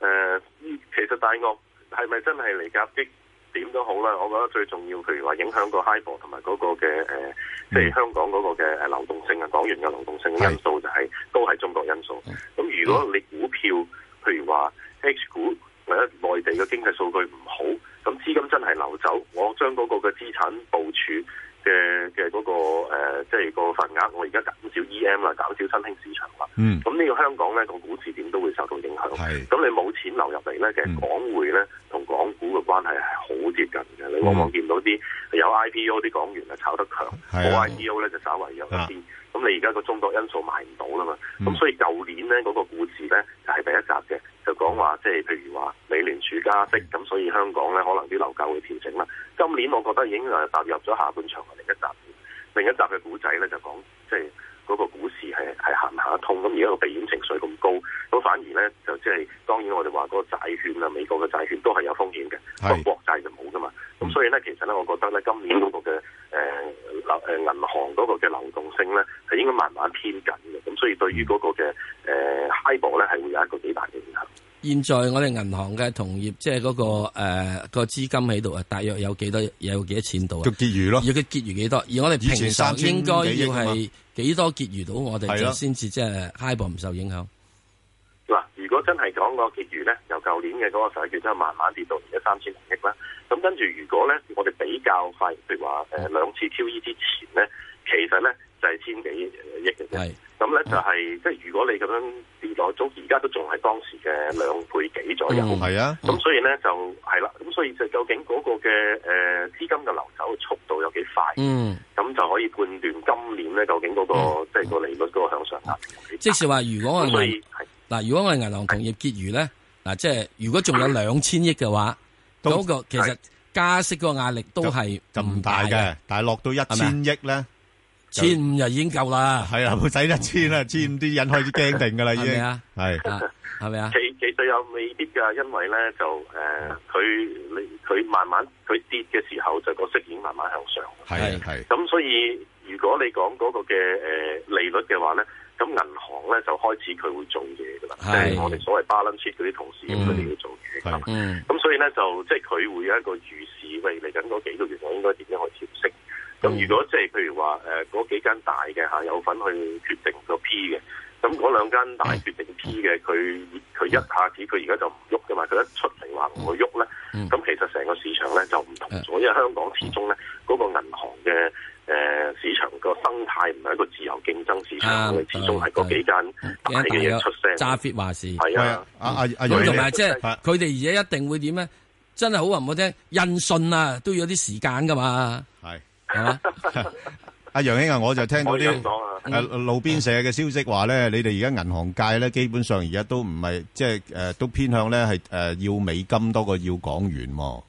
誒、呃嗯其實大鱷係咪真係嚟夾擊點都好啦，我覺得最重要，譬如話影響個 high 博同埋嗰個嘅呃誒，即、嗯係、香港嗰個嘅誒流動性啊，港元嘅流動性嘅因素就係、都係中國因素。嗯咁如果你股票譬如話 H 股或者內地嘅經濟數據唔好，咁資金真係流走，我將嗰個嘅資產部署。嘅嘅嗰個、誒，即係個份額，我而家減少 EM 啦，減少新興市場啦。嗯咁呢個香港咧個股市點都會受到影響。係嗯咁你冇錢流入嚟咧，其實港匯咧同港股嘅關係係好接近嘅。你往往嗯見到啲有 IPO 啲港元啊炒得強，係冇啊 IPO 咧就稍為弱一啊啲。咁你而家個中國因素買唔到啦嘛，咁、嗯所以舊年咧嗰、個股市咧就係、第一集嘅，就講話即係譬如話美聯儲加嗯息，咁所以香港咧可能啲樓價會調整啦。今年我覺得已經係踏入咗下半場嘅另一集，另一集嘅股仔咧就講即係嗰個股市係係行唔行得通，咁而家個避險情緒咁高，咁反而咧就即係當然我哋話嗰個債券啊，美國嘅債券都係有風險嘅，不過國債就冇噶嘛。咁所以咧，其實咧，我覺得咧，今年嗰個嘅誒流呃誒銀行嗰個嘅流動性咧，係應該慢慢偏緊嘅。咁所以對於嗰個嘅誒 high 博咧，係會有一個幾大嘅影響。現在我哋銀行嘅同業，即係嗰個誒個資金喺度啊，大約有幾多有幾多錢度啊？結餘咯，要佢結餘幾多？而我哋以前平常3000應該要幾億啊嘛係幾多結餘到我哋係咯就先至即係 high 博唔受影響。嗱，如果真係講個結餘咧，由舊年嘅嗰個十一月真係慢慢跌到而家三千零億啦。咁跟住如果咧，我哋比較快，譬如話誒兩次 QE 之前咧，其實咧就係千幾億嘅啫。咁咧就係、即係如果你咁樣跌落，早而家都仲係當時嘅兩倍幾左右。係啊，咁所以咧就係啦，咁所以就究竟嗰個嘅誒、呃、資金嘅流走嘅速度有幾快？嗯，咁就可以判斷今年咧究竟嗰、個、即係個利率嗰個向上壓力有幾即是話，如果我咁所哋以銀嗱，如果我哋銀行同業結餘咧，嗱，即係如果仲有兩千億嘅話，嗰個其實加息個壓力都係就唔大嘅，但係落到一千億咧，啊千五就已經夠啦。係啊，唔使一千啦，千五啲人開始驚定㗎啦，已哦係咪經啊係係咪啊？其其實又未必㗎，因為咧就誒，呃佢你佢慢慢佢跌嘅時候，就個息已經慢慢向上。係係咁所以如果你講嗰個嘅誒利率嘅話咧，咁銀行咧就開始佢會做嘢㗎啦，即係係我哋所謂 balance sheet 嗰啲同事，咁嗯佢哋要做嘢㗎嘛。嗯咁所以咧就即係佢會有一個預示，喂嚟緊嗰幾個月我應該點樣去調息。咁如果即係譬如話誒嗰幾間大嘅嚇有份去決定個 P 嘅，咁嗰兩間大決定 P 嘅，佢佢一下子佢而家就唔喐噶嘛，佢一出嚟話唔會喐咧，咁其實成個市場咧就唔同咗，因為香港始終咧嗰個銀行嘅誒市場個生態唔係一個自由競爭市場，啱佢始終係嗰幾啊間大嘅嘢出聲。揸 fit 話事係啊阿阿阿咁楊同埋即係佢哋而家一定會點咧？真係好話唔好聽，印信啊都要有啲時間噶嘛。係係 [laughs] 嘛？阿楊兄啊，我就聽到可以啲咁講啊誒路邊社嘅消息話咧，你哋而家銀行界咧，基本上而家都唔係即係誒，都偏向咧係呃誒要美金多過要港元喎。誒、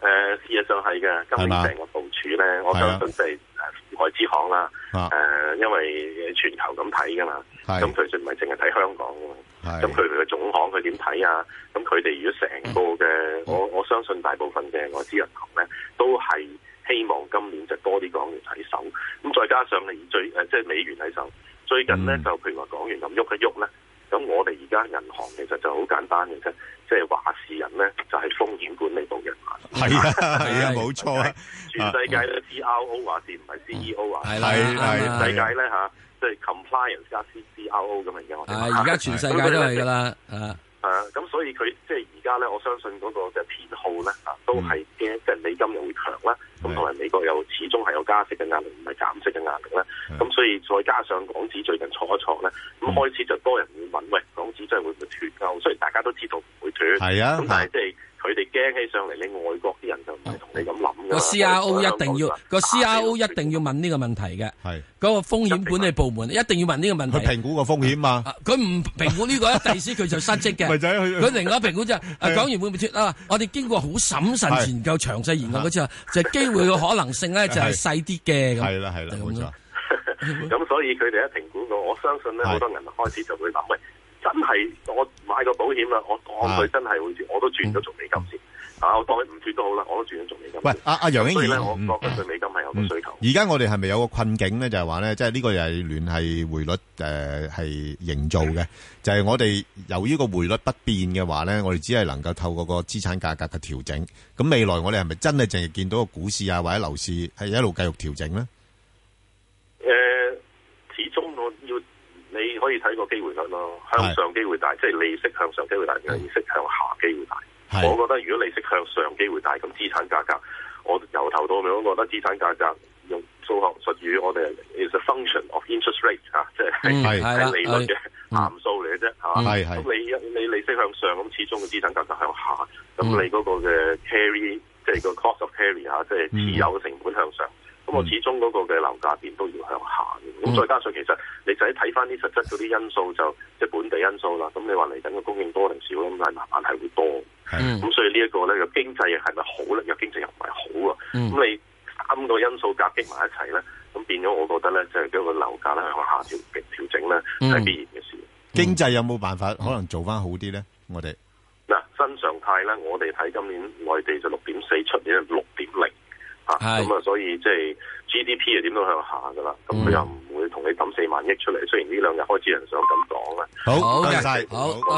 呃事實上係嘅，今係嘛年成個部署咧，我係相啊信即係誒外資行啦，啊 [laughs] 誒、呃因為全球咁睇噶嘛，係咁佢就唔係淨係睇香港㗎嘛。係咁佢哋嘅總行佢點睇啊？咁佢哋如果成個嗯嘅，我我相信大部分嘅外資銀行咧，都係希望今年就多啲港元喺手。咁再加上你最誒、呃即係美元喺手，最近嗯咧、就譬如話港元咁喐一喐咧，咁我哋而家銀行其實就好簡單嘅啫，即係話事人咧就係、風險管理部人嘛。係啊係啊，冇錯啊。全世界咧 CRO 話事唔係 CEO 話係事，啊啦係啦全世界係咧嚇，即係 compliance 加 CRO 咁啊而家我哋係而家全世界都係噶。啦，啊誒，咁所以佢即係而家咧，我相信嗰個嘅偏好咧啊，都嗯係驚即係美金又會強啦，咁同埋美國又始終係有加息嘅壓力，唔係減息嘅壓力啦。嗯咁所以再加上港紙最近挫一挫咧，咁開始就多人會問喂，港紙真係會唔會脱歐？雖然大家都知道唔會脱，係啊咁但係即係佢哋驚起上嚟，你外國啲人就唔係同你咁啊諗㗎個啦 CRO 一定要個打死 CRO 一定要問呢個問題嘅，係嗰個風險管理部門一定要問呢個問題。啊佢評估個風險嘛。佢唔評估呢個，第時佢就失職嘅。咪就 [laughs] 係佢佢另外一評估就係啊係啊講完會唔會脱啊？我哋經過好審慎研究、詳細研究嗰次啊，就機會嘅可能性咧就係細啲嘅。咁係啦係啦，冇錯。 [laughs] 咁所以佢哋一評估過，我相信咧好多銀行開始就會諗，喂，真係我買個保險啦，我當啊佢真係會轉，我都轉咗做美金先。啊，我當佢唔轉都好啦，我都轉咗做美金先。嗯喂阿阿楊英所以咧，嗯我覺得對美金係有個需求。而家我哋係咪有個困境咧？就係話咧，即係呢個又係聯繫匯率誒係營造嘅，就係、我哋由於個匯率不變嘅話咧，我哋只係能夠透過個資產價格嘅調整。咁未來我哋係咪真係淨係見到個股市啊或者樓市係一路繼續調整咧？誒、呃始終我要你可以睇個機會率咯，向上機會大，即係利息向上機會大，定係利息向下機會大？我覺得如果利息向上機會大，咁資產價格，我由頭到尾我都覺得資產價格用數學術語，我哋 is a function of interest rate 啊，即嗯係係係啦係利率嘅係函數嚟嘅啫，係嘛？係係咁你一你利息向上，咁始終個資產價格向下，咁你嗰個嘅 carry 即係個 cost of carry 嚇，即係持有嘅成本向上。咁我始終嗰個嘅樓價變都要向下嘅，咁再加上其實你就喺睇翻啲實質嗰啲因素就即係本地因素啦。咁你話嚟緊個供應多定少咁，但係慢慢係會多。嗯咁所以呢一個咧，個經濟係咪好咧？個經濟又唔係好啊。嗯咁你三個因素夾擊埋一齊咧，咁變咗我覺得咧，就係嗰個樓價咧向下調調整咧嗯係必然嘅事。經濟有冇辦法可能做翻好啲咧？我哋嗱，新常態咧，我哋睇今年內地就六點四，出年六點零啊，係咁啊，所以即係 GDP 係點都向下噶啦，咁佢又唔會同你抌四萬億出嚟。雖然呢兩日開始有人想咁講啦。好好嘅多謝晒好多